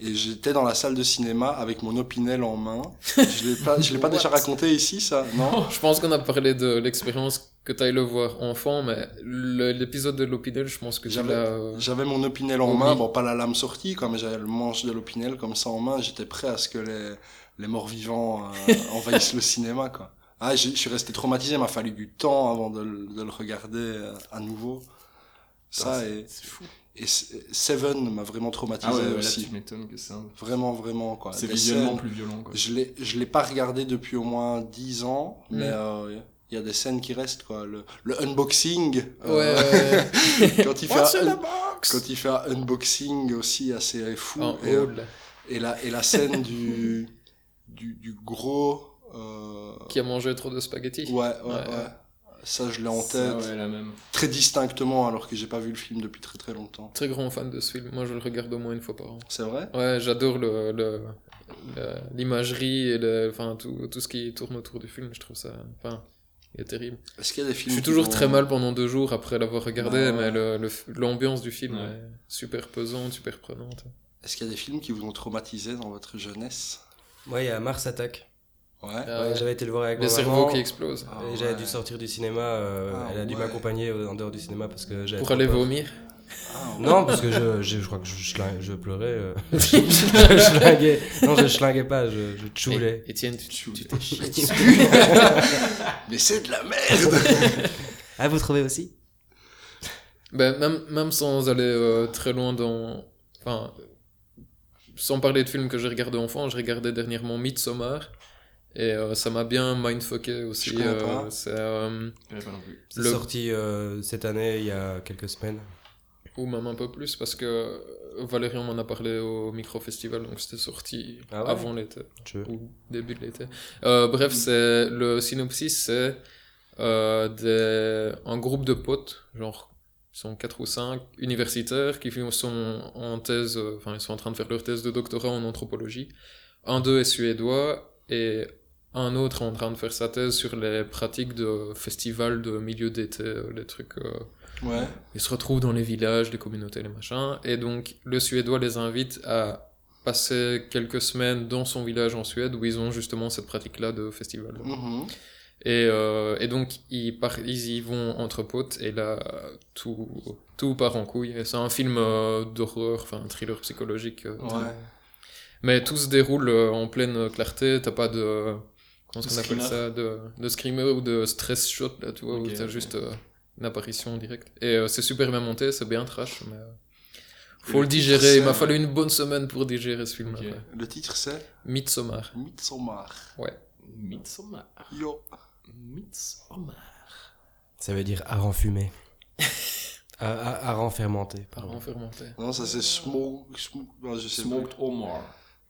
Speaker 4: Et j'étais dans la salle de cinéma avec mon opinel en main. Je l'ai pas, je l'ai pas déjà
Speaker 2: What
Speaker 4: raconté ici, ça Non
Speaker 2: Je pense qu'on a parlé de l'expérience que t'as eu le voir enfant, mais le- l'épisode de l'hôpital, je pense que tu
Speaker 4: J'avais-
Speaker 2: l'as. euh,
Speaker 4: J'avais mon opinel en
Speaker 2: Oui.
Speaker 4: main. Bon, pas la lame sortie, quoi, mais j'avais le manche de l'opinel comme ça en main. J'étais prêt à ce que les, les morts-vivants euh, envahissent le cinéma, quoi. Ah, j'ai- je suis resté traumatisé. Il m'a fallu du temps avant de, le- de le regarder euh, à nouveau.
Speaker 2: Ah,
Speaker 4: Ça, et...
Speaker 3: C'est fou.
Speaker 4: Et S- Seven m'a vraiment traumatisé
Speaker 3: Ah ouais, ouais, là
Speaker 4: aussi.
Speaker 3: tu m'étonnes que c'est un-
Speaker 4: Vraiment, vraiment, quoi.
Speaker 3: C'est
Speaker 4: Les
Speaker 3: visuellement
Speaker 4: scènes,
Speaker 3: plus violent quoi.
Speaker 4: Je l'ai, je l'ai pas regardé depuis au moins 10 ans,
Speaker 2: Mm.
Speaker 4: mais euh, il y a des scènes qui restent, quoi. Le, le unboxing.
Speaker 2: Ouais,
Speaker 4: euh,
Speaker 2: ouais.
Speaker 4: quand, il fait
Speaker 2: What's in
Speaker 4: un,
Speaker 2: the box
Speaker 4: quand il fait un unboxing aussi assez fou.
Speaker 3: Ah,
Speaker 2: En
Speaker 4: et, euh,
Speaker 2: haut, là,
Speaker 4: et la, et la scène du, du, du gros. euh,
Speaker 2: qui a mangé trop de spaghettis.
Speaker 4: Ouais, ouais, ouais.
Speaker 2: ouais.
Speaker 4: Ça, je l'ai en
Speaker 3: Ça,
Speaker 4: tête.
Speaker 3: ouais, la même.
Speaker 4: Très distinctement, alors que j'ai pas vu le film depuis très très longtemps.
Speaker 2: Très grand fan de ce film. Moi, je le regarde au moins une fois par an.
Speaker 4: C'est vrai?
Speaker 2: Ouais, j'adore le, le- le- l'imagerie et le, enfin, tout, tout ce qui tourne autour du film. Je trouve ça. Enfin, il est terrible.
Speaker 4: Est-ce qu'il y a des films
Speaker 2: Je suis
Speaker 4: qui
Speaker 2: toujours
Speaker 4: vont-
Speaker 2: très mal pendant deux jours après l'avoir regardé,
Speaker 4: Bah
Speaker 2: mais
Speaker 4: ouais.
Speaker 2: le- le f- l'ambiance du film
Speaker 3: Ouais.
Speaker 2: est super pesante, super prenante.
Speaker 4: Est-ce qu'il y a des films qui vous ont traumatisé dans votre jeunesse
Speaker 1: Ouais, il y a Mars Attack.
Speaker 4: Ouais.
Speaker 2: Ah
Speaker 1: Ouais,
Speaker 2: ouais.
Speaker 1: J'avais été le voir avec
Speaker 2: Le
Speaker 1: ma
Speaker 2: cerveau
Speaker 1: maman.
Speaker 2: qui explose.
Speaker 4: Ah
Speaker 1: Euh, Et j'avais
Speaker 4: ouais.
Speaker 1: dû sortir du cinéma. euh,
Speaker 4: Ah
Speaker 1: elle a dû
Speaker 4: ouais.
Speaker 1: m'accompagner euh, en dehors du cinéma parce que j'avais.
Speaker 2: Pour
Speaker 1: trop
Speaker 2: aller
Speaker 1: peur.
Speaker 2: vomir.
Speaker 4: Ah, ouais.
Speaker 1: Non, parce que je, je, je crois que je, je, clin- je pleurais. euh, je, schlinguais. Non, je schlinguais pas, je, je tchoulais.
Speaker 2: Et- Étienne, tu, tu t'es chié.
Speaker 4: Mais c'est de la merde
Speaker 1: Ah, vous trouvez aussi
Speaker 2: Ben, même, même sans aller euh, très loin dans. Enfin, sans parler de films que j'ai regardé enfant, je regardais dernièrement Midsommar. Et euh, ça m'a bien mindfucké aussi.
Speaker 4: Je connais
Speaker 2: euh,
Speaker 4: pas.
Speaker 2: c'est, euh,
Speaker 3: Je l'ai pas non plus.
Speaker 1: C'est
Speaker 2: Le-
Speaker 1: sorti euh, cette année, il y a quelques semaines.
Speaker 2: ou même un peu plus, parce que euh, Valérian m'en a parlé au micro-festival, donc c'était sorti
Speaker 1: Ah ouais
Speaker 2: avant l'été.
Speaker 1: Tu veux
Speaker 2: ou début de l'été. Euh, bref, c'est le synopsis, c'est euh, des- un groupe de potes, genre ils sont quatre ou cinq universitaires qui font- sont en thèse, euh, enfin ils sont en train de faire leur thèse de doctorat en anthropologie. Un d'eux est suédois et un autre est en train de faire sa thèse sur les pratiques de festivals de milieu d'été, euh, les trucs euh,
Speaker 4: Ouais.
Speaker 2: ils se retrouvent dans les villages, les communautés, les machins. Et donc, le Suédois les invite à passer quelques semaines dans son village en Suède où ils ont justement cette pratique-là de festival.
Speaker 4: Mhm.
Speaker 2: Et, euh, et donc, ils, par- ils y vont entre potes et là, tout, tout part en couille. Et C'est un film euh, d'horreur, enfin, un thriller psychologique. euh,
Speaker 4: Ouais.
Speaker 2: mais tout se déroule euh, en pleine clarté, t'as pas de. euh, Comment est-ce
Speaker 3: De
Speaker 2: qu'on appelle
Speaker 3: screamer.
Speaker 2: ça de, de screamer ou de stress shot, là, tu vois,
Speaker 3: Ok,
Speaker 2: où t'as
Speaker 3: ok.
Speaker 2: juste euh, une apparition directe. Et euh, c'est super bien monté, c'est bien trash, mais. euh,
Speaker 4: Et
Speaker 2: Faut
Speaker 4: le
Speaker 2: le
Speaker 4: titre,
Speaker 2: digérer, il m'a
Speaker 4: c'est-
Speaker 2: fallu une bonne semaine pour digérer ce film-là.
Speaker 3: Ok.
Speaker 2: quoi.
Speaker 4: Le titre c'est
Speaker 2: Midsommar.
Speaker 4: Midsommar.
Speaker 3: Midsommar.
Speaker 4: Yo.
Speaker 3: Midsommar.
Speaker 1: Ça veut dire hareng fumé. Ah, ah, hareng fermenté,
Speaker 2: Par
Speaker 1: pardon.
Speaker 2: fermenté.
Speaker 4: Non, ça c'est smoke. smoke... non, je sais
Speaker 3: Smoked Omar.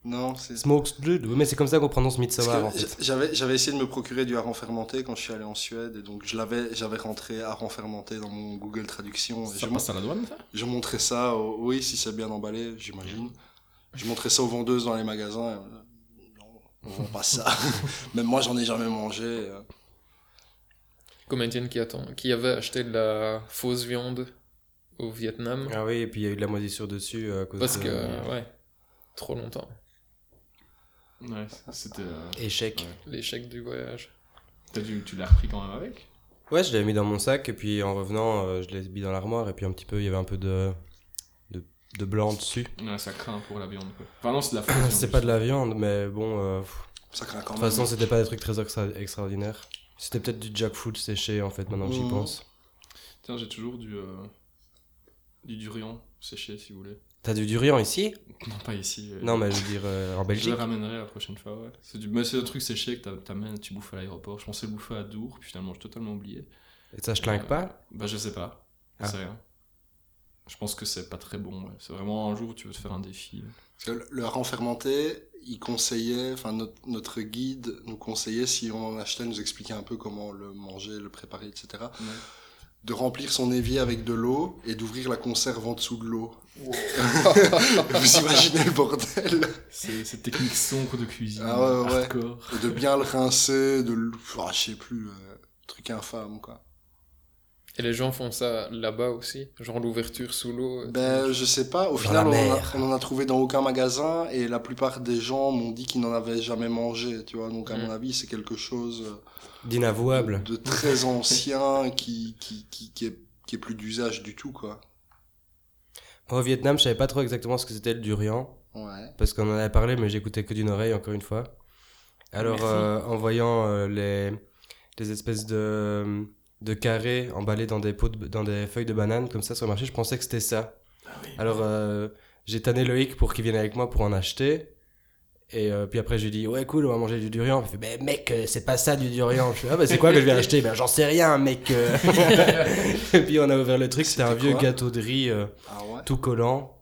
Speaker 4: plus. Non, c'est.
Speaker 1: Smokes blood, oui, mais c'est comme ça qu'on prononce
Speaker 4: Parce
Speaker 1: Midsommar
Speaker 4: que
Speaker 1: en fait.
Speaker 4: J'avais j'avais essayé de me procurer du hareng fermenté quand je suis allé en Suède et donc je l'avais j'avais rentré hareng fermenté dans mon Google traduction et je,
Speaker 3: Ça passe à la douane ça
Speaker 4: mon- je montrais ça au- oui si c'est bien emballé j'imagine je montrais ça aux vendeuses dans les magasins et, euh, non on vend pas ça même moi j'en ai jamais mangé euh.
Speaker 2: Comme Étienne qui, attend, qui avait acheté de la fausse viande au Vietnam.
Speaker 1: Ah oui, et puis il y a eu de la moisissure dessus. euh, à cause
Speaker 2: parce
Speaker 1: de-
Speaker 2: que, ouais, trop longtemps.
Speaker 3: Ouais, c'était. euh,
Speaker 1: Échec.
Speaker 2: L'échec du voyage.
Speaker 3: t'as dû- tu l'as repris quand même avec
Speaker 1: Ouais, je l'avais mis dans mon sac, et puis en revenant, euh, je l'ai mis dans l'armoire, et puis un petit peu, il y avait un peu de, de, de blanc dessus.
Speaker 3: Ouais, ça craint pour la viande quoi. Enfin, non, c'est de la fausse
Speaker 1: C'était
Speaker 3: viande,
Speaker 1: pas de la viande, mais bon, euh, pff,
Speaker 4: ça craint quand
Speaker 1: de toute
Speaker 4: même
Speaker 1: façon, c'était pas des trucs très extra- extraordinaires. C'était peut-être du jackfruit séché en fait, maintenant que j'y
Speaker 4: Mhm.
Speaker 1: pense.
Speaker 3: juste. Tiens, j'ai toujours du. euh, du durian séché si vous voulez.
Speaker 1: T'as du durian ici
Speaker 3: Non, pas ici. euh,
Speaker 1: Non, mais je veux dire euh, en
Speaker 3: Je
Speaker 1: Belgique.
Speaker 3: le ramènerai la prochaine fois, ouais. C'est du... mais c'est un truc séché que t'a- t'amènes, tu bouffes à l'aéroport. Je pensais le bouffer à Dour, puis finalement j'ai totalement oublié.
Speaker 1: Et ça, je clinque pas
Speaker 3: Bah je sais pas.
Speaker 1: Ah.
Speaker 3: C'est rien. Je pense que c'est pas très bon. ouais. C'est vraiment un jour où tu veux te faire un défi. euh.
Speaker 4: Parce que le- Le hareng fermenté, il conseillait, enfin notre, notre guide nous conseillait, si on en achetait, nous expliquait un peu comment le manger, le préparer, etc.
Speaker 3: Ouais.
Speaker 4: De remplir son évier avec de l'eau et d'ouvrir la conserve en dessous de l'eau. Vous imaginez le bordel
Speaker 3: C'est cette technique sombre de cuisine.
Speaker 4: Ah ouais, ouais, ouais.
Speaker 3: hardcore.
Speaker 4: Et De bien le rincer, de le... ah, je sais plus, euh, truc infâme quoi.
Speaker 2: Et les gens font ça là-bas aussi, genre l'ouverture sous l'eau.
Speaker 4: Ben je sais pas,
Speaker 1: Euh,
Speaker 4: au
Speaker 1: Dans
Speaker 4: final
Speaker 1: la
Speaker 4: on, en a,
Speaker 1: mer.
Speaker 4: on en a trouvé dans aucun magasin et la plupart des gens m'ont dit qu'ils n'en avaient jamais mangé, tu vois. Donc à
Speaker 2: Mm.
Speaker 4: mon avis c'est quelque chose... euh,
Speaker 1: D'inavouable.
Speaker 4: de très ancien qui, qui, qui, qui est, qui est plus d'usage du tout, quoi.
Speaker 1: Moi, au Vietnam, je savais pas trop exactement ce que c'était le durian.
Speaker 4: Ouais.
Speaker 1: parce qu'on en avait parlé, mais j'écoutais que d'une oreille, encore une fois. Alors,
Speaker 2: Merci.
Speaker 1: euh, en voyant euh, les, les espèces de, de carrés emballés dans des, pots de- dans des feuilles de banane, comme ça, sur le marché, je pensais que c'était ça. Alors, euh, j'ai tanné Loïc pour qu'il vienne avec moi pour en acheter. Et euh, puis après, je lui dis, ouais, cool, on va manger du durian. Il fait, mais mec, euh, c'est pas ça du durian. Je fais, ah, bah, c'est quoi que je vais acheter Ben, j'en sais rien, mec. euh. et puis, on a ouvert le truc, c'était un
Speaker 4: C'était
Speaker 1: vieux
Speaker 4: quoi
Speaker 1: gâteau de riz euh,
Speaker 4: Ah ouais.
Speaker 1: tout collant.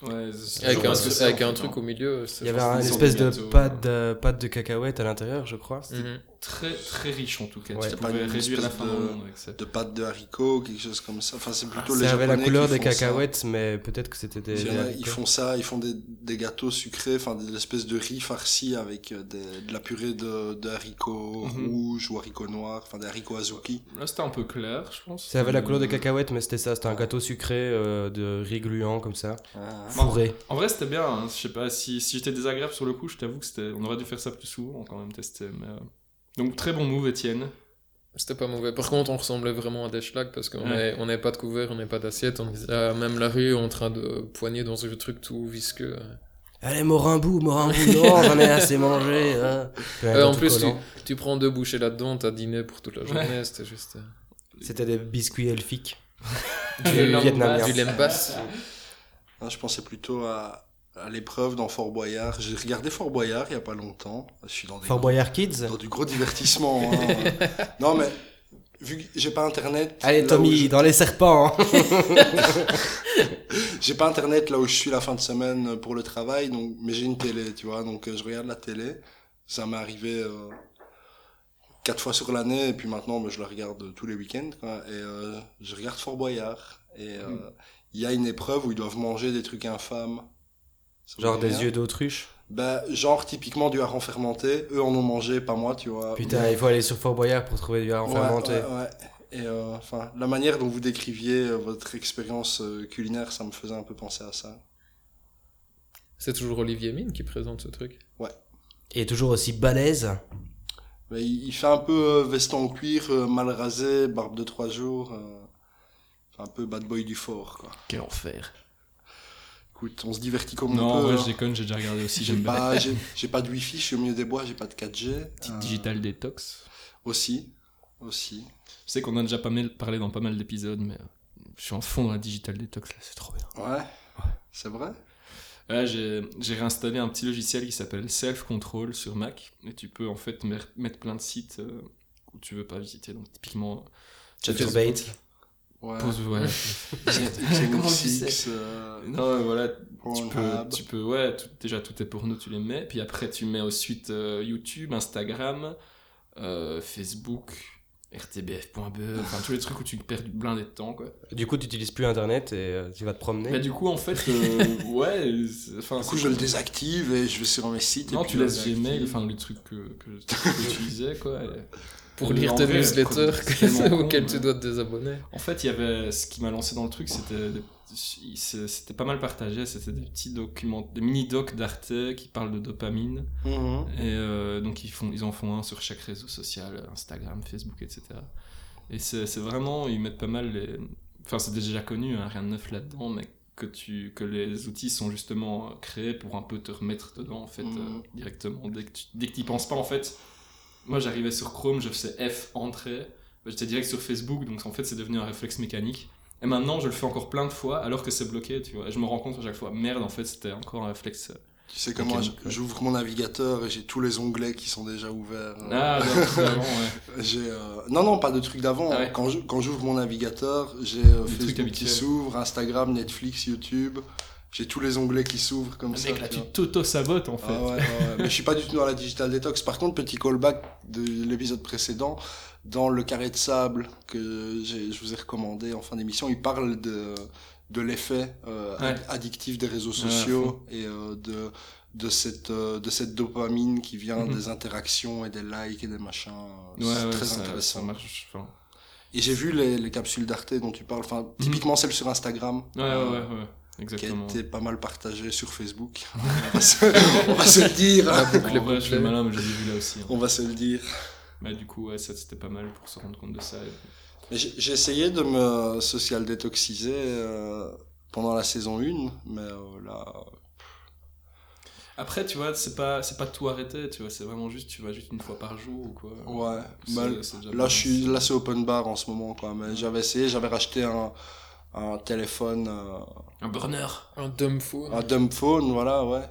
Speaker 3: Ouais, c'est-
Speaker 2: Avec
Speaker 3: je
Speaker 2: un,
Speaker 3: vois ce que c'est,
Speaker 2: avec
Speaker 3: en
Speaker 2: un
Speaker 3: fait,
Speaker 2: truc
Speaker 3: hein.
Speaker 2: au milieu. euh, c'est-
Speaker 1: Il y avait
Speaker 3: pense
Speaker 1: un
Speaker 3: qu'ils ont
Speaker 1: espèce
Speaker 3: des
Speaker 1: de
Speaker 3: gâteaux,
Speaker 1: pâte,
Speaker 4: euh.
Speaker 1: de pâte de cacahuète à l'intérieur, je crois.
Speaker 3: Mm-hmm.
Speaker 2: Mhm.
Speaker 3: Très, très riche en tout cas.
Speaker 1: Ouais.
Speaker 3: Tu
Speaker 4: C'est pas
Speaker 3: pouvais
Speaker 4: une
Speaker 3: réduire la
Speaker 4: espèce
Speaker 3: faim
Speaker 4: de-
Speaker 3: au monde avec ça.
Speaker 4: De pâte de haricots, quelque chose comme ça. Enfin, c'est plutôt les
Speaker 1: Ça avait Ah, la
Speaker 4: Japonais
Speaker 1: couleur
Speaker 4: qui
Speaker 1: des
Speaker 4: font ça.
Speaker 1: cacahuètes, mais peut-être que c'était des.
Speaker 4: Il y en
Speaker 1: des
Speaker 4: a,
Speaker 1: haricots.
Speaker 4: ils font ça, ils font des, des gâteaux sucrés, enfin des espèces de riz farci avec euh, des- de la purée de, de haricots
Speaker 3: Mhm.
Speaker 4: rouges ou haricots noirs, enfin des haricots azuki.
Speaker 3: Là, c'était un peu clair, je pense.
Speaker 1: Ça avait la couleur des
Speaker 3: Euh,
Speaker 1: cacahuètes, mais c'était ça. C'était un gâteau sucré euh, de riz gluant comme ça,
Speaker 4: Ah.
Speaker 1: fourré.
Speaker 3: En vrai, c'était bien. hein. Je sais pas si, si j'étais désagréable sur le coup, je t'avoue que c'était. On aurait dû faire ça plus souvent, quand même tester. mais, euh, Donc très bon move, Étienne.
Speaker 2: C'était pas mauvais. Par contre, on ressemblait vraiment à des schlags parce qu'on
Speaker 3: Ouais.
Speaker 2: est- on n'avait pas de couvert, on n'avait pas d'assiette. On était à même la rue en train de poigner dans ce truc tout visqueux.
Speaker 1: Allez, Morimbou, Morimbou, non, j'en ai assez mangé. hein. Puis un
Speaker 2: Euh, en
Speaker 1: gâteau
Speaker 2: plus, tu,
Speaker 1: collant.
Speaker 2: tu prends deux bouchées là-dedans, t'as dîné pour toute la journée. C'était juste. euh,
Speaker 1: c'était des biscuits elfiques.
Speaker 2: du
Speaker 1: Du vietnamien.
Speaker 2: Du
Speaker 3: Ah,
Speaker 2: lempas.
Speaker 4: Hein, je pensais plutôt à, à l'épreuve dans Fort Boyard. J'ai regardé Fort Boyard il y a pas longtemps. Je suis dans des
Speaker 1: Fort Boyard Kids.
Speaker 4: dans du gros divertissement. hein. non, mais vu que j'ai pas internet.
Speaker 1: Allez,
Speaker 4: là
Speaker 1: Tommy,
Speaker 4: où
Speaker 1: dans les serpents. hein.
Speaker 4: je- J'ai pas internet là où je suis la fin de semaine pour le travail, donc, mais j'ai une télé, tu vois. Donc euh, je regarde la télé. Ça m'est arrivé euh, quatre fois sur l'année, et puis maintenant mais je la regarde tous les week-ends. quoi. et euh, je regarde Fort Boyard. Et euh,
Speaker 1: Hmm.
Speaker 4: il y a une épreuve où ils doivent manger des trucs infâmes. Ça vous
Speaker 1: Genre
Speaker 4: dit
Speaker 1: des
Speaker 4: rien
Speaker 1: yeux d'autruche.
Speaker 4: Bah, genre typiquement du hareng fermenté. Eux en ont mangé, pas moi, tu vois.
Speaker 1: Putain, il faut aller sur Fort Boyard pour trouver du hareng
Speaker 4: Ah. Ouais,
Speaker 1: fermenté.
Speaker 4: ouais, ouais. Et euh, enfin, la manière dont vous décriviez euh, votre expérience euh, culinaire, ça me faisait un peu penser à ça.
Speaker 2: C'est toujours Olivier Mine qui présente ce truc.
Speaker 1: Et toujours aussi balèze.
Speaker 4: Mais Ben, il, il fait un peu euh, veston en cuir, euh, mal rasé, barbe de trois jours, euh, un peu bad boy du fort. Quoi.
Speaker 3: Quel enfer.
Speaker 4: Écoute, on se divertit comme
Speaker 3: Non,
Speaker 4: on
Speaker 3: en
Speaker 4: peut.
Speaker 3: vrai,
Speaker 4: hein.
Speaker 3: je déconne, j'ai déjà regardé aussi.
Speaker 4: J'ai
Speaker 3: J'aime bien.
Speaker 4: pas, j'ai, j'ai pas de wifi, je suis au milieu des bois, j'ai pas de 4G. Euh,
Speaker 3: Digital Detox.
Speaker 4: Aussi, aussi.
Speaker 3: Je sais qu'on en a déjà pas mal parlé dans pas mal d'épisodes, mais euh, je suis en fond dans la Digital Detox, là, c'est trop bien.
Speaker 4: Ouais, c'est vrai.
Speaker 3: Là, j'ai j'ai réinstallé un petit logiciel qui s'appelle Self Control sur Mac, et tu peux en fait mer- mettre plein de sites euh, où tu veux pas visiter. Donc, typiquement,
Speaker 1: Chatterbait.
Speaker 4: Ouais.
Speaker 3: pose, ouais. Comment tu
Speaker 4: Xenix,
Speaker 3: sais
Speaker 4: euh,
Speaker 3: non, voilà, tu peux,
Speaker 4: Pornhub.
Speaker 3: tu peux, ouais, tout- déjà tout est pour nous, tu les mets. Puis après, tu mets ensuite euh, YouTube, Instagram, euh, Facebook, rtbf.be, enfin tous les trucs où tu perds du blindé de temps, quoi.
Speaker 1: Du coup, tu n'utilises plus Internet et euh, tu vas te promener.
Speaker 3: Bah, du coup, en fait, euh, ouais, c'est- enfin,
Speaker 4: Du coup,
Speaker 3: c'est-
Speaker 4: je le désactive et je vais sur mes sites. et
Speaker 3: Non,
Speaker 4: puis
Speaker 3: tu
Speaker 4: je le
Speaker 3: laisses
Speaker 4: réactive.
Speaker 3: Gmail, enfin les trucs que, que, que tu utilisais, quoi. et-
Speaker 2: Pour
Speaker 3: Mais
Speaker 2: lire
Speaker 3: en
Speaker 2: tes
Speaker 3: vrai,
Speaker 2: newsletters
Speaker 3: c'est tellement con,
Speaker 2: auxquels
Speaker 3: ouais.
Speaker 2: tu dois te désabonner.
Speaker 3: En fait, il y avait ce qui m'a lancé dans le truc, c'était c'est- c'était pas mal partagé, c'était des petits documents, des mini docs d'Arte qui parlent de dopamine.
Speaker 4: Mhm.
Speaker 3: Et euh, donc ils, font, ils en font un sur chaque réseau social, Instagram, Facebook, etc. Et c'est c'est vraiment, ils mettent pas mal les... Enfin, c'est déjà connu, hein, rien de neuf là-dedans, mais que, tu, que les outils sont justement euh, créés pour un peu te remettre dedans, en fait,
Speaker 4: Mhm.
Speaker 3: euh, directement. Dès que tu dès que t'y penses pas, en fait, moi j'arrivais sur Chrome, je faisais F, entrée, Bah, j'étais direct sur Facebook, donc en fait c'est devenu un réflexe mécanique. Et maintenant, je le fais encore plein de fois, alors que c'est bloqué, tu vois. Et je me rends compte à chaque fois, merde, en fait, c'était encore un réflexe
Speaker 4: Tu sais comment
Speaker 2: Mécanique,
Speaker 4: je-
Speaker 2: ouais.
Speaker 4: j'ouvre mon navigateur et j'ai tous les onglets qui sont déjà ouverts. euh.
Speaker 3: Ah, non, vraiment, ouais.
Speaker 4: J'ai, euh, Non, non, pas de trucs d'avant.
Speaker 3: Ah ouais.
Speaker 4: Quand je- quand j'ouvre mon navigateur, j'ai euh,
Speaker 3: Des trucs
Speaker 4: Facebook qui
Speaker 3: habituels.
Speaker 4: s'ouvre, Instagram, Netflix, YouTube. J'ai tous les onglets qui s'ouvrent comme ça.
Speaker 3: Ah, Mec, là,
Speaker 4: tu
Speaker 3: tu
Speaker 4: vois.
Speaker 3: t'auto-sabotes en fait.
Speaker 4: Ah ouais, ouais, ouais. Mais je suis pas du tout dans la digital detox. Par contre, petit callback de l'épisode précédent, dans le carré de sable que j'ai- je vous ai recommandé en fin d'émission, il parle de, de l'effet euh,
Speaker 3: Ouais.
Speaker 4: addictif des réseaux
Speaker 3: Ouais, à
Speaker 4: sociaux et euh, de, de, cette, euh, de cette dopamine qui vient
Speaker 3: Mhm.
Speaker 4: des interactions et des likes et des machins.
Speaker 3: Ouais,
Speaker 4: C'est
Speaker 3: ouais,
Speaker 4: très
Speaker 3: ça-
Speaker 4: intéressant.
Speaker 3: Ça marche. enfin,
Speaker 4: et j'ai vu les, les capsules d'Arte dont tu parles, enfin, typiquement celle sur Instagram.
Speaker 3: Mm-hmm. Ouais, ouais,
Speaker 4: euh,
Speaker 3: ouais, ouais,
Speaker 4: Qui a
Speaker 3: Exactement.
Speaker 4: été pas mal partagée sur Facebook. on, va se, on va se le dire.
Speaker 3: En vrai, je suis malin, mais je les ai vus là aussi. hein.
Speaker 4: On va se le dire.
Speaker 3: Mais du coup, ouais, ça c'était pas mal pour se rendre compte de ça.
Speaker 4: Mais J'ai j'ai essayé de me social détoxiser euh, pendant la saison 1, mais euh, là.
Speaker 3: Après, tu vois, c'est pas, c'est pas tout arrêter, tu vois, c'est vraiment juste, tu vas juste une fois par jour ou quoi.
Speaker 4: Ouais.
Speaker 3: C'est-
Speaker 4: Bah,
Speaker 3: c'est déjà
Speaker 4: Là,
Speaker 3: pas
Speaker 4: je
Speaker 3: mal.
Speaker 4: suis, là, c'est open bar en ce moment, quoi. Mais j'avais essayé, j'avais racheté un, un téléphone, euh,
Speaker 3: Un burner.
Speaker 2: Un dumb phone.
Speaker 3: Ah.
Speaker 4: un dumb phone, voilà, ouais.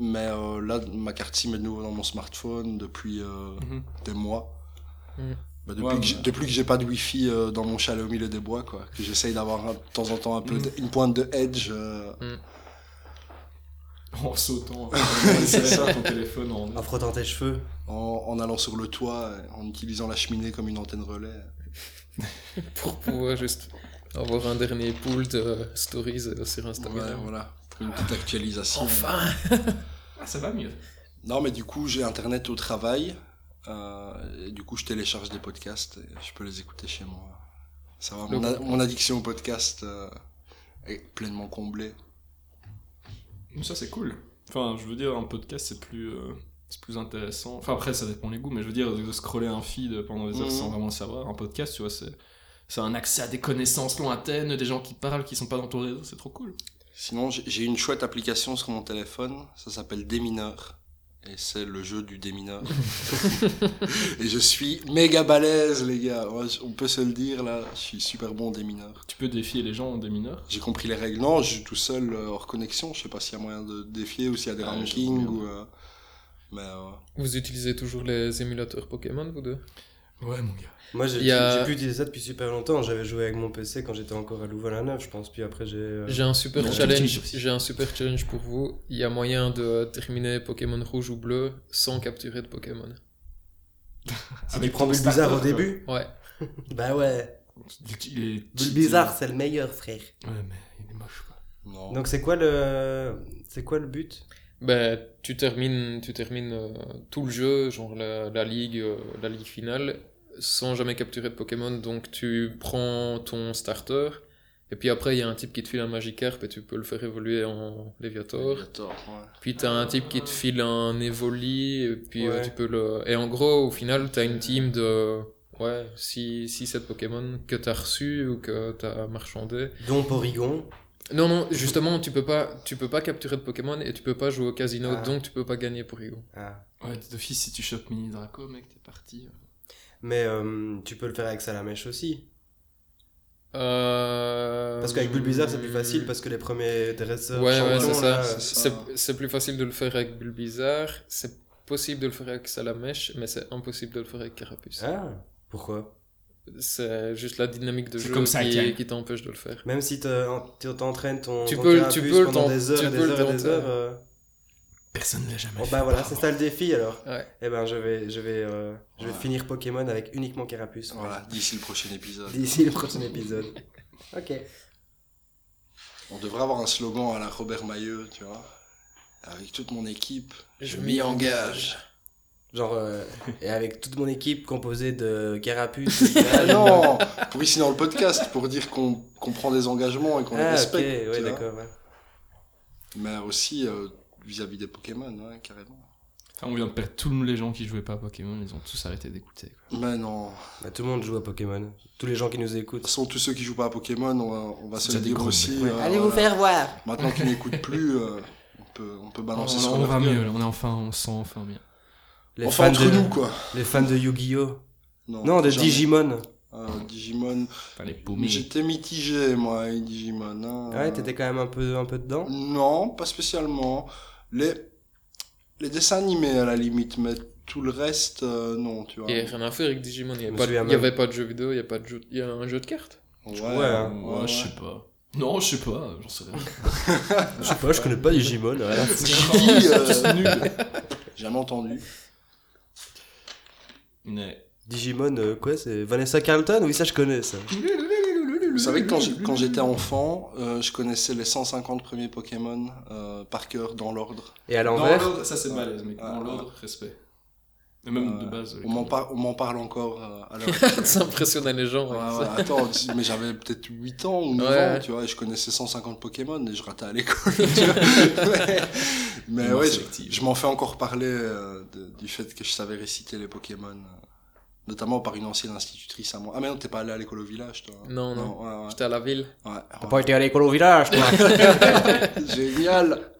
Speaker 4: Mais euh, là, ma carte SIM est de nouveau dans mon smartphone depuis euh,
Speaker 3: Mhm.
Speaker 4: des mois.
Speaker 2: Mhm.
Speaker 4: Bah, depuis,
Speaker 3: Ouais,
Speaker 4: que j'ai-
Speaker 3: mais-
Speaker 4: depuis que j'ai pas de wifi euh, dans mon chalet au milieu des bois, quoi. Que j'essaye d'avoir un- de temps en temps un
Speaker 3: Mm.
Speaker 4: peu, d- une pointe de edge. euh,
Speaker 3: En sautant. c'est ça, ton téléphone en.
Speaker 1: En frottant tes cheveux.
Speaker 4: en, en allant sur le toit, euh, en utilisant la cheminée comme une antenne relais.
Speaker 2: Pour pouvoir juste avoir un dernier pool de euh, stories euh, sur
Speaker 4: Ouais,
Speaker 2: Instagram.
Speaker 4: voilà, pour une petite actualisation.
Speaker 2: Enfin
Speaker 3: Ah, ça va mieux.
Speaker 4: Non, mais du coup, j'ai internet au travail. euh, et du coup, je télécharge des podcasts. Et je peux les écouter chez moi. Ça va, mon, a- mon addiction au podcast euh, est pleinement comblée.
Speaker 3: Donc Ça, c'est cool. Enfin, je veux dire, un podcast, c'est plus, euh, c'est plus intéressant. Enfin, après, ça dépend les goûts, mais je veux dire, de scroller un feed pendant des heures
Speaker 4: Mhm.
Speaker 3: sans vraiment le savoir, un podcast, tu vois, c'est. C'est un accès à des connaissances lointaines, des gens qui parlent, qui sont pas dans ton réseau, c'est trop cool.
Speaker 4: Sinon, j'ai- j'ai une chouette application sur mon téléphone. Ça s'appelle Démineur. Et c'est le jeu du démineur. et je suis méga balèze, les gars. Ouais, on peut se le dire, là. Je suis super bon démineur.
Speaker 3: Tu peux défier les gens en démineur.
Speaker 4: J'ai compris les règles. Non, je joue tout seul euh, hors connexion. Je sais pas s'il y a moyen de défier ou s'il y a des
Speaker 3: Ah,
Speaker 4: rankings
Speaker 3: je vois
Speaker 4: ou. euh, Mais euh,
Speaker 2: Vous utilisez toujours les émulateurs Pokémon, vous deux
Speaker 3: Ouais, mon gars.
Speaker 1: Moi, j'ai
Speaker 2: Il y a-
Speaker 1: j'ai plus utilisé ça depuis super longtemps. J'avais joué avec mon PC quand j'étais encore à Louvain-la-Neuve, je pense. Puis après, j'ai. euh,
Speaker 2: J'ai un super
Speaker 3: Non, j'utilise
Speaker 2: challenge.
Speaker 3: aussi.
Speaker 2: J'ai un super challenge pour vous. Il y a moyen de terminer Pokémon rouge ou bleu sans capturer de Pokémon.
Speaker 1: Si tu
Speaker 3: Avec
Speaker 1: prends
Speaker 3: ton
Speaker 1: Bulbizarre au
Speaker 3: starter, quoi.
Speaker 1: début
Speaker 2: Ouais.
Speaker 1: Bah ouais.
Speaker 3: Il est cheaté.
Speaker 1: Bulbizarre, c'est le meilleur, frère.
Speaker 3: Ouais, mais il est moche, quoi.
Speaker 4: non.
Speaker 1: Donc, c'est quoi le. C'est quoi le but
Speaker 2: Ben, tu termines, tu termines euh, tout le jeu, genre la, la ligue, euh, la ligue finale, sans jamais capturer de Pokémon. Donc tu prends ton starter, et puis après il y a un type qui te file un Magikarp et tu peux le faire évoluer en Léviator.
Speaker 4: Il a tort, ouais.
Speaker 2: Puis t'as un type qui te file un Evoli, et puis euh,
Speaker 1: Ouais.
Speaker 2: tu peux le. Et en gros, au final, t'as une team de. Ouais, 6-7 Pokémon que t'as reçu ou que t'as marchandé.
Speaker 1: Don Porygon.
Speaker 2: Non, non, justement, tu peux pas, tu peux pas capturer de Pokémon et tu peux pas jouer au casino,
Speaker 1: Ah.
Speaker 2: donc tu peux pas gagner pour Ego.
Speaker 1: Ah.
Speaker 3: Ouais, d'office, si tu chopes Mini Draco, mec, t'es parti.
Speaker 1: Mais euh, tu peux le faire avec Salamèche aussi.
Speaker 2: Euh...
Speaker 1: Parce qu'avec Bulbizarre, c'est plus facile parce que les premiers dresseurs.
Speaker 2: Ouais, ouais,
Speaker 1: champions,
Speaker 2: c'est
Speaker 1: là,
Speaker 2: ça.
Speaker 4: c'est ça.
Speaker 2: C'est c'est plus facile de le faire avec Bulbizarre, c'est possible de le faire avec Salamèche, mais c'est impossible de le faire avec Carapuce.
Speaker 1: Ah, pourquoi
Speaker 2: C'est juste la dynamique de
Speaker 3: C'est
Speaker 2: jeu
Speaker 3: comme ça,
Speaker 2: qui,
Speaker 3: tiens.
Speaker 2: qui t'empêche de le faire.
Speaker 1: Même si t'en- tu t'entraînes ton,
Speaker 2: Tu
Speaker 1: ton
Speaker 2: peux-
Speaker 1: carapuce
Speaker 2: tu peux le
Speaker 1: pendant
Speaker 2: t'en-
Speaker 1: des heures
Speaker 2: tu
Speaker 1: et des
Speaker 2: peux le
Speaker 1: heures et des
Speaker 2: tenter.
Speaker 1: heures. euh,
Speaker 3: Personne ne l'a jamais
Speaker 1: Bon,
Speaker 3: fait.
Speaker 1: bah voilà, c'est
Speaker 3: apparemment.
Speaker 1: ça le défi alors.
Speaker 2: Ouais.
Speaker 1: Eh ben je vais, je vais, euh, je vais
Speaker 4: Voilà.
Speaker 1: finir Pokémon avec uniquement Carapuce.
Speaker 4: Voilà, d'ici le prochain épisode.
Speaker 1: D'ici le prochain épisode. ok.
Speaker 4: On devrait avoir un slogan à la Robert Mailleux, tu vois. Avec toute mon équipe,
Speaker 2: Je
Speaker 1: Genre, euh, et avec toute mon équipe composée de Carapuce. de
Speaker 4: Ah
Speaker 1: Gage,
Speaker 4: non Pour ici dans le podcast, pour dire qu'on qu'on prend des engagements et qu'on les
Speaker 1: Ah, ok,
Speaker 4: respecte. tu
Speaker 1: ouais,
Speaker 4: vois.
Speaker 1: d'accord. ouais.
Speaker 4: Mais aussi euh, vis-à-vis des Pokémon, ouais, carrément.
Speaker 3: Enfin, on vient de perdre tous les gens qui jouaient pas à Pokémon, ils ont tous arrêté d'écouter. quoi.
Speaker 4: Mais non. De
Speaker 1: Bah, tout le monde joue à Pokémon. Tous les gens qui nous
Speaker 4: toute
Speaker 1: écoutent.
Speaker 4: façon, tous ceux qui jouent pas à Pokémon, on va, on va se
Speaker 3: C'est
Speaker 4: le
Speaker 3: des
Speaker 4: dire
Speaker 3: gros
Speaker 4: aussi.
Speaker 1: bêtes.
Speaker 4: euh,
Speaker 1: Allez
Speaker 4: voilà.
Speaker 1: voir
Speaker 4: Maintenant qu'ils n'écoutent plus, euh, on, peut, on peut balancer
Speaker 3: on
Speaker 4: sur
Speaker 3: Oh, on
Speaker 4: leur
Speaker 3: va
Speaker 4: gueule.
Speaker 3: mieux, là, on est enfin, on se sent enfin bien.
Speaker 1: les,
Speaker 4: Enfin,
Speaker 1: fans
Speaker 4: entre
Speaker 1: de,
Speaker 4: nous, quoi.
Speaker 1: les fans de Yu-Gi-Oh! Non, de
Speaker 4: jamais.
Speaker 1: Digimon.
Speaker 4: Euh, Digimon.
Speaker 3: Enfin, les paumés.
Speaker 4: J'étais mitigé, moi, avec Digimon. hein.
Speaker 1: Ah Ouais, t'étais quand même un peu, un peu dedans.
Speaker 4: Non, pas spécialement. Les, les dessins animés à la limite, mais tout le reste, euh, non, tu vois.
Speaker 2: Il n'y a rien à faire avec Digimon. Il
Speaker 1: Je me
Speaker 2: n'y
Speaker 1: souviens même.
Speaker 2: avait pas de jeu vidéo, il y a pas de jeu. Il y a un jeu de cartes.
Speaker 4: Ouais,
Speaker 1: Ouais, hein.
Speaker 3: Ouais,
Speaker 4: ouais.
Speaker 3: je sais pas. Non, je sais pas, j'en sais rien.
Speaker 1: Je sais pas, je connais pas Digimon. ouais.
Speaker 4: Qui, euh, Jamais entendu.
Speaker 3: Mais...
Speaker 1: Digimon, euh, quoi, c'est Vanessa Carlton Oui, ça, je connais, ça.
Speaker 4: Vous savez que quand j'ai- quand j'étais enfant, euh, je connaissais les 150 premiers Pokémon euh, par cœur dans l'ordre.
Speaker 1: Et à
Speaker 3: Dans
Speaker 1: l'envers
Speaker 3: l'ordre, ça c'est malaise, mais dans
Speaker 4: Ouais.
Speaker 3: l'ordre, respect. Et même
Speaker 4: Euh,
Speaker 3: de base.
Speaker 4: On m'en par- on m'en parle encore euh, à l'heure actuelle.
Speaker 2: C'est impressionnant les gens.
Speaker 4: Ouais,
Speaker 2: hein,
Speaker 4: ouais, attends, mais j'avais peut-être 8 ans ou 9
Speaker 2: Ouais.
Speaker 4: ans, tu vois, et je connaissais 150 Pokémon et je ratais à l'école. tu vois. mais mais
Speaker 3: Mémoire
Speaker 4: ouais, je,
Speaker 3: sélective.
Speaker 4: je m'en fais encore parler euh, de- du fait que je savais réciter les Pokémon, euh, notamment par une ancienne institutrice à moi. Ah, mais non, t'es pas allé à l'école au village, toi hein.
Speaker 2: Non, non.
Speaker 4: ouais, ouais.
Speaker 2: J'étais à la ville.
Speaker 4: Ouais, ouais.
Speaker 1: pas été à l'école au village, toi
Speaker 4: Génial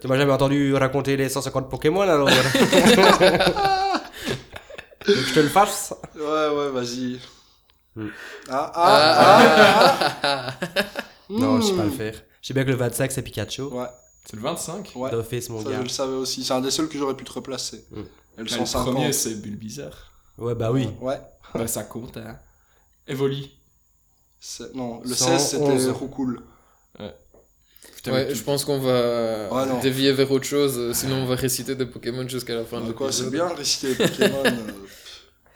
Speaker 1: Tu m'as jamais entendu raconter les 150 Pokémon, alors voilà. Veux que je te le fasse
Speaker 4: Ouais, ouais, vas-y.
Speaker 1: Hmm.
Speaker 4: Ah, ah, ah,
Speaker 2: Ah, ah, ah.
Speaker 4: ah.
Speaker 1: Non, je sais pas le
Speaker 4: Hmm.
Speaker 1: faire. Je sais bien que le 25, c'est Pikachu.
Speaker 4: Ouais,
Speaker 3: C'est le 25
Speaker 4: ouais.
Speaker 1: D'office, mon
Speaker 4: Ça, je
Speaker 1: gars.
Speaker 4: le savais aussi. C'est un des seuls que j'aurais pu te replacer.
Speaker 1: Hmm.
Speaker 4: Elles
Speaker 3: Là,
Speaker 4: sont
Speaker 3: Le premier
Speaker 4: 50.
Speaker 3: c'est Bulbizarre.
Speaker 1: Ouais, bah oui.
Speaker 4: Ouais.
Speaker 3: Bah ça compte, hein. Evoli.
Speaker 4: C'est- Non, le
Speaker 1: 111.
Speaker 4: 16, c'était Roucoul.
Speaker 3: Putain, mais
Speaker 2: Ouais,
Speaker 3: tout-
Speaker 2: je pense qu'on va
Speaker 4: ah. Ouais, non.
Speaker 2: dévier vers autre chose, euh, sinon on va réciter des Pokémon jusqu'à la fin de
Speaker 4: Bah, quoi,
Speaker 2: l'épisode.
Speaker 4: c'est bien réciter les Pokémon. euh,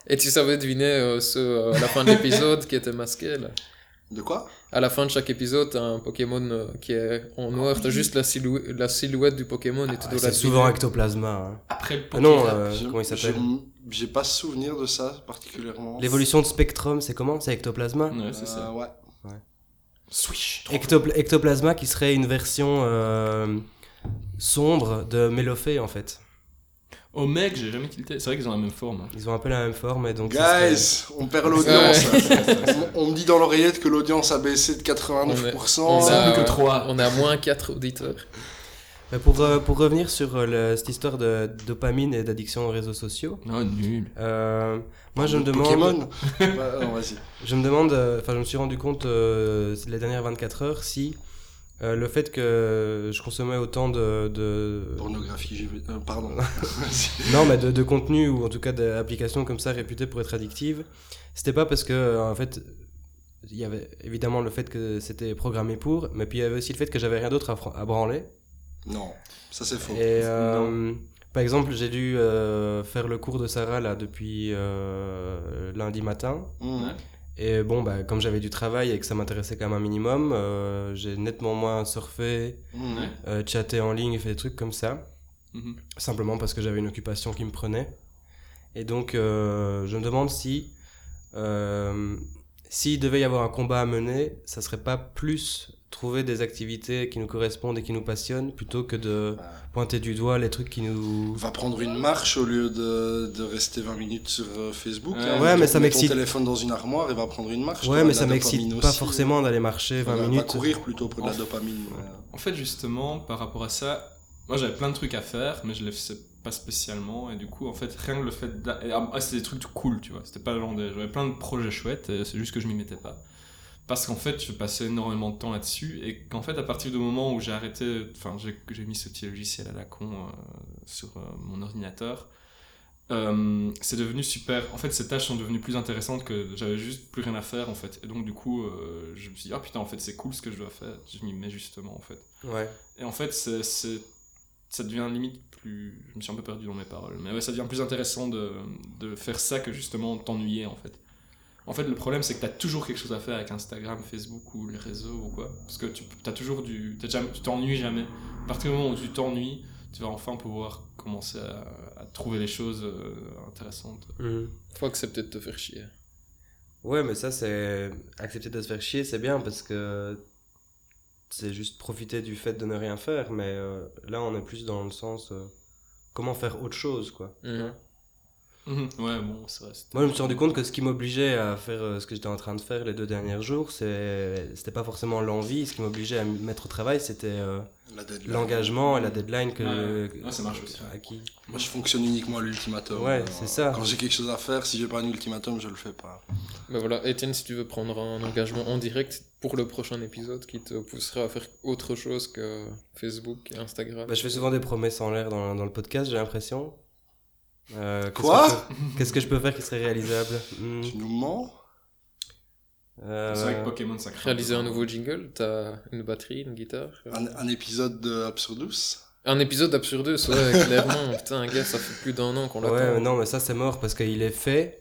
Speaker 2: Et tu savais deviner euh, ceux, euh, à la fin de l'épisode qui était masqué là.
Speaker 4: De quoi
Speaker 2: À la fin de chaque épisode, t'as un Pokémon euh, qui est en noir, t'as juste la, silhou- la silhouette du Pokémon et tu dois la
Speaker 1: Ah, C'est souvent
Speaker 2: deviner.
Speaker 1: ectoplasma. hein.
Speaker 3: Après le
Speaker 1: Ah
Speaker 3: Poké-
Speaker 1: non, euh,
Speaker 4: Je-
Speaker 1: comment il s'appelle
Speaker 4: je- J'ai pas souvenir de ça particulièrement.
Speaker 1: L'évolution de Spectrum, c'est comment C'est ectoplasma
Speaker 3: Ouais,
Speaker 4: Euh,
Speaker 3: c'est ça.
Speaker 4: Ouais.
Speaker 3: Swish.
Speaker 1: Ectopl- Ectoplasma qui serait une version euh, sombre de Mélophée, en fait.
Speaker 3: Oh mec, j'ai jamais tilté. C'est vrai qu'ils ont la même forme. hein.
Speaker 1: Ils ont un peu la même forme et donc. ça serait-
Speaker 4: Guys, on perd l'audience.
Speaker 2: Ouais.
Speaker 4: on, on me dit dans l'oreillette que l'audience a baissé de
Speaker 2: On
Speaker 4: 89%.
Speaker 3: C'est
Speaker 2: a,
Speaker 3: plus que
Speaker 2: euh,
Speaker 3: trois.
Speaker 2: on a moins 4 auditeurs.
Speaker 1: Mais pour, euh, pour revenir sur euh, le- cette histoire de dopamine et d'addiction aux réseaux sociaux,
Speaker 3: Non, nul.
Speaker 1: euh, moi je me demande.
Speaker 4: Pokémon Bah, non, vas-y.
Speaker 1: Je me demande, euh, enfin, je me suis rendu compte euh, les dernières 24 heures si euh, le fait que je consommais autant de. de-
Speaker 4: Pornographie, j'ai vu. euh, pardon.
Speaker 1: non, mais de, de contenu ou en tout cas d'applications comme ça réputées pour être addictives, c'était pas parce que, euh, en fait, il y avait évidemment le fait que c'était programmé pour, mais puis il y avait aussi le fait que j'avais rien d'autre à, fran- à branler.
Speaker 4: non, ça c'est faux.
Speaker 1: Et euh, par exemple, j'ai dû euh, faire le cours de Sarah là depuis euh, lundi matin.
Speaker 4: Hmm.
Speaker 1: Et bon, bah, comme j'avais du travail et que ça m'intéressait quand même un minimum, euh, j'ai nettement moins surfé,
Speaker 4: Hmm.
Speaker 3: Ouais.
Speaker 1: euh, chatté en ligne et fait des trucs comme ça.
Speaker 3: Mhm.
Speaker 1: Simplement parce que j'avais une occupation qui me prenait. Et donc, euh, je me demande si. euh, s'il devait y avoir un combat à mener, ça serait pas plus trouver des activités qui nous correspondent et qui nous passionnent plutôt que de pointer du doigt les trucs qui nous.
Speaker 4: Va prendre une marche au lieu de, de rester 20 minutes sur euh, Facebook.
Speaker 3: Ouais,
Speaker 1: ouais, mais
Speaker 4: Mets
Speaker 1: ça m'excite.
Speaker 4: Ton téléphone dans une armoire et va prendre une marche.
Speaker 1: Ouais,
Speaker 4: T'auras
Speaker 1: mais
Speaker 4: de
Speaker 1: ça
Speaker 4: la dopamine
Speaker 1: m'excite pas
Speaker 4: aussi.
Speaker 1: forcément d'aller marcher 20
Speaker 4: Ouais, Va
Speaker 1: minutes.
Speaker 4: courir plutôt pour de la dopamine. euh,
Speaker 3: En fait, justement, par rapport à ça, moi j'avais plein de trucs à faire, mais je les faisais pas spécialement. Et du coup, en fait, rien que le fait. d'a- et, Ah, c'était des trucs cool, tu vois. C'était pas long. de- J'avais plein de projets chouettes, et c'est juste que je m'y mettais pas. Parce qu'en fait, je passais énormément de temps là-dessus. Et qu'en fait, à partir du moment où j'ai arrêté. Enfin, j'ai j'ai mis ce petit logiciel à la con euh, sur euh, mon ordinateur. euh, c'est devenu super. En fait, ces tâches sont devenues plus intéressantes que j'avais juste plus rien à faire en fait. Et donc, du coup, euh, je me suis dit, ah putain, en fait, c'est cool ce que je dois faire. Je m'y mets justement en fait.
Speaker 1: Ouais.
Speaker 3: Et en fait, c'est- c'est- ça devient limite plus. Je me suis un peu perdu dans mes paroles. Mais ouais, ça devient plus intéressant de, de faire ça que justement t'ennuyer en fait. En fait, le problème, c'est que t'as toujours quelque chose à faire avec Instagram, Facebook ou les réseaux ou quoi. Parce que tu as toujours du. t'as jamais- tu t'ennuies jamais. À partir du moment où tu t'ennuies, tu vas enfin pouvoir commencer à, à trouver les choses euh, intéressantes.
Speaker 1: Mhm.
Speaker 2: Faut accepter de te faire chier.
Speaker 1: Ouais, mais ça, c'est. Accepter de se faire chier, c'est bien parce que. C'est juste profiter du fait de ne rien faire, mais euh, là, on est plus dans le sens. euh, comment faire autre chose, quoi.
Speaker 2: Mhm.
Speaker 3: Mhm. Ouais, bon, ça reste.
Speaker 1: Moi, je me suis rendu compte que ce qui m'obligeait à faire euh, ce que j'étais en train de faire les deux derniers jours, c'est- c'était pas forcément l'envie. Ce qui m'obligeait à me mettre au travail, c'était euh,
Speaker 4: La deadline.
Speaker 1: l'engagement et la deadline que.
Speaker 3: Ouais. Ouais, ça marche aussi.
Speaker 1: à qui-
Speaker 4: Moi, je fonctionne uniquement à l'ultimatum.
Speaker 1: Ouais, c'est ça.
Speaker 4: Quand j'ai quelque chose à faire, si j'ai pas un ultimatum, je le fais pas.
Speaker 2: Bah voilà, Étienne, si tu veux prendre un engagement en direct pour le prochain épisode qui te poussera à faire autre chose que Facebook et Instagram
Speaker 1: Bah, je fais souvent des promesses en l'air dans, dans le podcast, j'ai l'impression. Euh, qu'est-ce
Speaker 4: Quoi
Speaker 1: que je- Qu'est-ce que je peux faire qui serait réalisable Hmm,
Speaker 4: Tu nous mens
Speaker 1: euh,
Speaker 3: C'est vrai que Pokémon, ça craint.
Speaker 2: Réaliser un nouveau jingle, t'as une batterie, une guitare. euh.
Speaker 4: un, un épisode de Absurdus
Speaker 2: Un épisode absurdus, ouais, clairement. Putain, un gars, ça fait plus d'un an qu'on l'attend.
Speaker 1: Ouais, mais non, mais ça c'est mort parce qu'il est fait,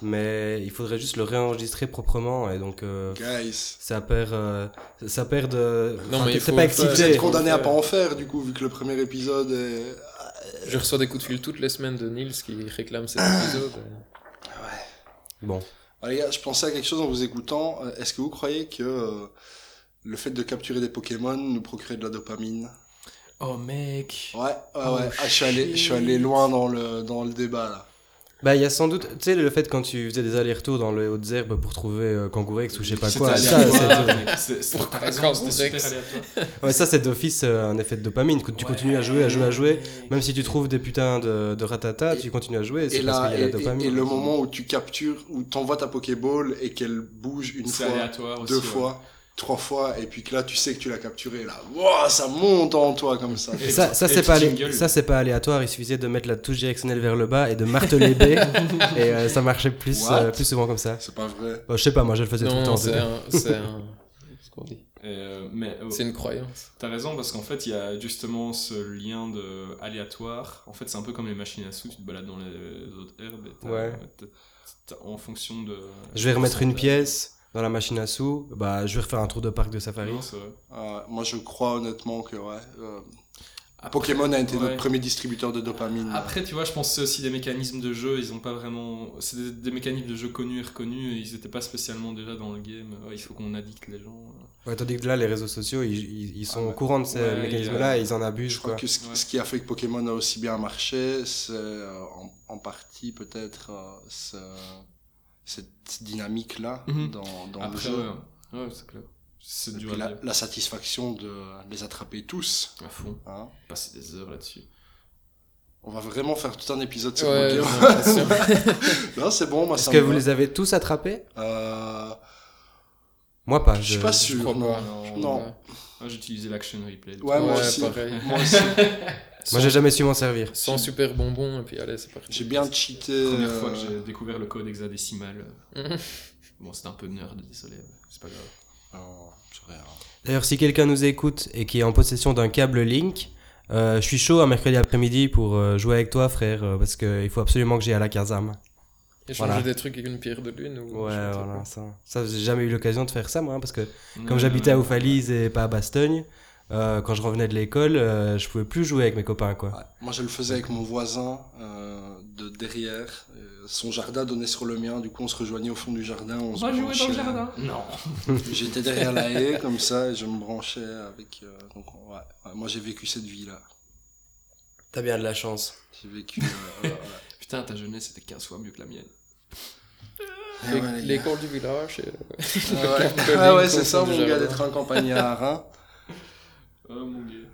Speaker 1: mais il faudrait juste le réenregistrer proprement et donc euh,
Speaker 4: Guys
Speaker 1: ça perd, euh, ça perd de.
Speaker 2: Non,
Speaker 1: enfin,
Speaker 2: mais
Speaker 1: t'es-
Speaker 2: il
Speaker 1: t'es
Speaker 2: faut
Speaker 1: pas
Speaker 2: le faire.
Speaker 4: Vous
Speaker 1: excité.
Speaker 4: êtes condamné à pas en faire, du coup, vu que le premier épisode est...
Speaker 2: Je reçois des coups de fil toutes les semaines de Nils qui réclame cet épisode.
Speaker 1: Bon,
Speaker 4: Ah, les gars, je pensais à quelque chose en vous écoutant. Euh, Est-ce que vous croyez que euh, le fait de capturer des Pokémon nous procurait de la dopamine
Speaker 3: Oh mec
Speaker 4: Ouais, ouais,
Speaker 3: Oh,
Speaker 4: ouais. Ah, je, suis allé, je suis allé
Speaker 3: shit.
Speaker 4: loin dans le, dans le débat, là.
Speaker 1: bah il y a sans doute, tu sais, le fait quand tu faisais des allers-retours dans les hautes herbes pour trouver euh, Kangourex ou je sais pas quoi,
Speaker 3: C'était
Speaker 1: ça
Speaker 3: aléatoire,
Speaker 1: c'est-
Speaker 3: mec. C'est- c'est-
Speaker 2: Pour
Speaker 3: t'as raison, c'était
Speaker 2: Direct.
Speaker 3: super aléatoire.
Speaker 1: Ah ouais, ça, c'est d'office euh, un effet de dopamine, que tu
Speaker 3: Ouais.
Speaker 1: continues à jouer, à jouer, à jouer.
Speaker 3: Mec.
Speaker 1: Même si tu trouves des putains de, de ratata,
Speaker 4: Et-
Speaker 1: tu continues à jouer,
Speaker 4: Et,
Speaker 1: c'est parce
Speaker 4: là,
Speaker 1: qu'il y
Speaker 4: et,
Speaker 1: a la
Speaker 4: et-
Speaker 1: dopamine. hein.
Speaker 4: et le moment où tu captures, où t'envoies ta Pokéball et qu'elle bouge une
Speaker 3: C'est
Speaker 4: fois,
Speaker 3: aléatoire aussi.
Speaker 4: deux
Speaker 3: ouais.
Speaker 4: fois, trois fois, et puis que là, tu sais que tu l'as capturée, là. Wouah, ça monte en toi, comme ça.
Speaker 1: Et ça, ça, c'est
Speaker 3: le
Speaker 1: pas, alé-
Speaker 3: jingle.
Speaker 1: ça, c'est pas aléatoire. Il suffisait de mettre la touche directionnelle vers le bas et de marteler B. et euh, ça marchait plus,
Speaker 4: What
Speaker 1: euh, plus souvent comme ça.
Speaker 4: C'est pas vrai.
Speaker 1: Bah, je sais pas, moi je le faisais tout le
Speaker 2: Non,
Speaker 1: temps.
Speaker 2: c'est
Speaker 1: c'était-
Speaker 2: un. C'est un- c'est ce qu'on dit.
Speaker 3: Et, euh, mais euh,
Speaker 2: C'est une croyance.
Speaker 3: t'as raison parce qu'en fait il y a justement ce lien de aléatoire. En fait c'est un peu comme les machines à sous, tu te balades dans les autres herbes. Et t'as- euh,
Speaker 1: Ouais.
Speaker 3: t'as- t'as- en fonction de.
Speaker 1: Je vais remettre une
Speaker 3: de-
Speaker 1: pièce dans la machine à sous. Bah, je vais refaire un tour de parc de safari.
Speaker 3: Non, c'est vrai.
Speaker 4: Euh, moi, je crois honnêtement que, ouais. euh,
Speaker 3: Après-
Speaker 4: Pokémon a été
Speaker 3: ouais.
Speaker 4: notre premier distributeur de dopamine.
Speaker 3: Après, tu vois, je pense que c'est aussi des mécanismes de jeu. Ils ont pas vraiment. C'est des, des mécanismes de jeu connus et reconnus. Et ils étaient pas spécialement déjà dans le game. Ouais, il faut qu'on addicte les gens.
Speaker 1: Ouais, tandis que là, les réseaux sociaux, ils, ils- ils sont
Speaker 4: Ah ouais. euh,
Speaker 1: au courant de ces
Speaker 3: Ouais,
Speaker 1: mécanismes-là
Speaker 3: il y a-
Speaker 1: et ils en abusent.
Speaker 4: Je crois
Speaker 1: Quoi.
Speaker 4: que ce,
Speaker 3: Ouais.
Speaker 4: ce qui a fait que Pokémon a aussi bien marché, c'est euh, en, en partie peut-être euh, ce- cette dynamique-là
Speaker 3: Mhm.
Speaker 4: dans, dans le
Speaker 3: Après,
Speaker 4: jeu.
Speaker 3: ouais, ouais, c'est clair. C'est
Speaker 4: Et
Speaker 3: dur
Speaker 4: puis
Speaker 3: à
Speaker 4: la,
Speaker 3: dire.
Speaker 4: la satisfaction de les attraper tous.
Speaker 3: À fond.
Speaker 4: hein.
Speaker 3: Passer des heures là-dessus.
Speaker 4: On va vraiment faire tout un épisode sur
Speaker 2: Ouais, j'ai
Speaker 4: Pokémon.
Speaker 2: l'impression.
Speaker 4: Non, c'est bon, moi
Speaker 1: Est-ce
Speaker 4: ça
Speaker 1: que
Speaker 4: me
Speaker 1: vous
Speaker 4: va.
Speaker 1: les avez tous attrapés
Speaker 4: Euh,
Speaker 1: Moi pas.
Speaker 4: Je suis pas sûr.
Speaker 2: Je crois
Speaker 4: non.
Speaker 2: pas.
Speaker 3: Non.
Speaker 4: Non.
Speaker 3: Ah, J'utilisais l'action replay.
Speaker 4: Ouais, moi
Speaker 2: Ouais,
Speaker 4: aussi.
Speaker 2: pareil.
Speaker 4: Moi aussi.
Speaker 1: Moi j'ai jamais su m'en servir.
Speaker 2: 100 super bonbons, et puis allez, c'est parti.
Speaker 4: J'ai bien cheaté.
Speaker 3: La première
Speaker 4: euh,
Speaker 3: fois que j'ai découvert le code hexadécimal. euh, Bon, c'était un peu nerd, désolé. euh, C'est pas grave.
Speaker 4: non, c'est rien.
Speaker 1: D'ailleurs, si quelqu'un nous écoute et qui est en possession d'un câble Link, euh, je suis chaud un mercredi après-midi pour euh, jouer avec toi, frère, euh, parce qu'il faut absolument que j'aille à la Kazam.
Speaker 2: Échanger
Speaker 1: Voilà.
Speaker 2: des trucs avec une pierre de lune ou.
Speaker 1: Ouais,
Speaker 2: je sais
Speaker 1: voilà,
Speaker 2: pas.
Speaker 1: ça. Ça, j'ai jamais eu l'occasion de faire ça, moi, hein, parce que comme
Speaker 3: Ouais,
Speaker 1: j'habitais à
Speaker 3: ouais.
Speaker 1: Oufalise et pas à Bastogne, euh, quand je revenais de l'école, euh, je pouvais plus jouer avec mes copains, quoi.
Speaker 4: Ouais. Moi, je le faisais avec mon voisin euh, de derrière. Euh, son jardin donnait sur le mien. Du coup, on se rejoignait au fond du jardin. On,
Speaker 3: On
Speaker 4: se
Speaker 3: va jouer dans
Speaker 4: branchait.
Speaker 3: le jardin Non.
Speaker 4: J'étais derrière la haie comme ça et je me branchais avec. euh, donc, ouais. Ouais, moi, j'ai vécu cette vie-là.
Speaker 1: T'as bien de la chance.
Speaker 4: J'ai vécu. euh, ouais, ouais.
Speaker 3: Putain, ta jeunesse était 15 fois mieux que la mienne.
Speaker 4: Ah
Speaker 2: L'é-
Speaker 4: ouais, les gars.
Speaker 2: L'école du village. et- euh,
Speaker 4: Ah ouais,
Speaker 2: Capcoline,
Speaker 4: Ah ouais, c'est
Speaker 2: Confond
Speaker 4: ça
Speaker 2: du
Speaker 4: mon gars
Speaker 2: Jardin.
Speaker 4: d'être un campagnard. Hein.
Speaker 3: Oh mon dieu.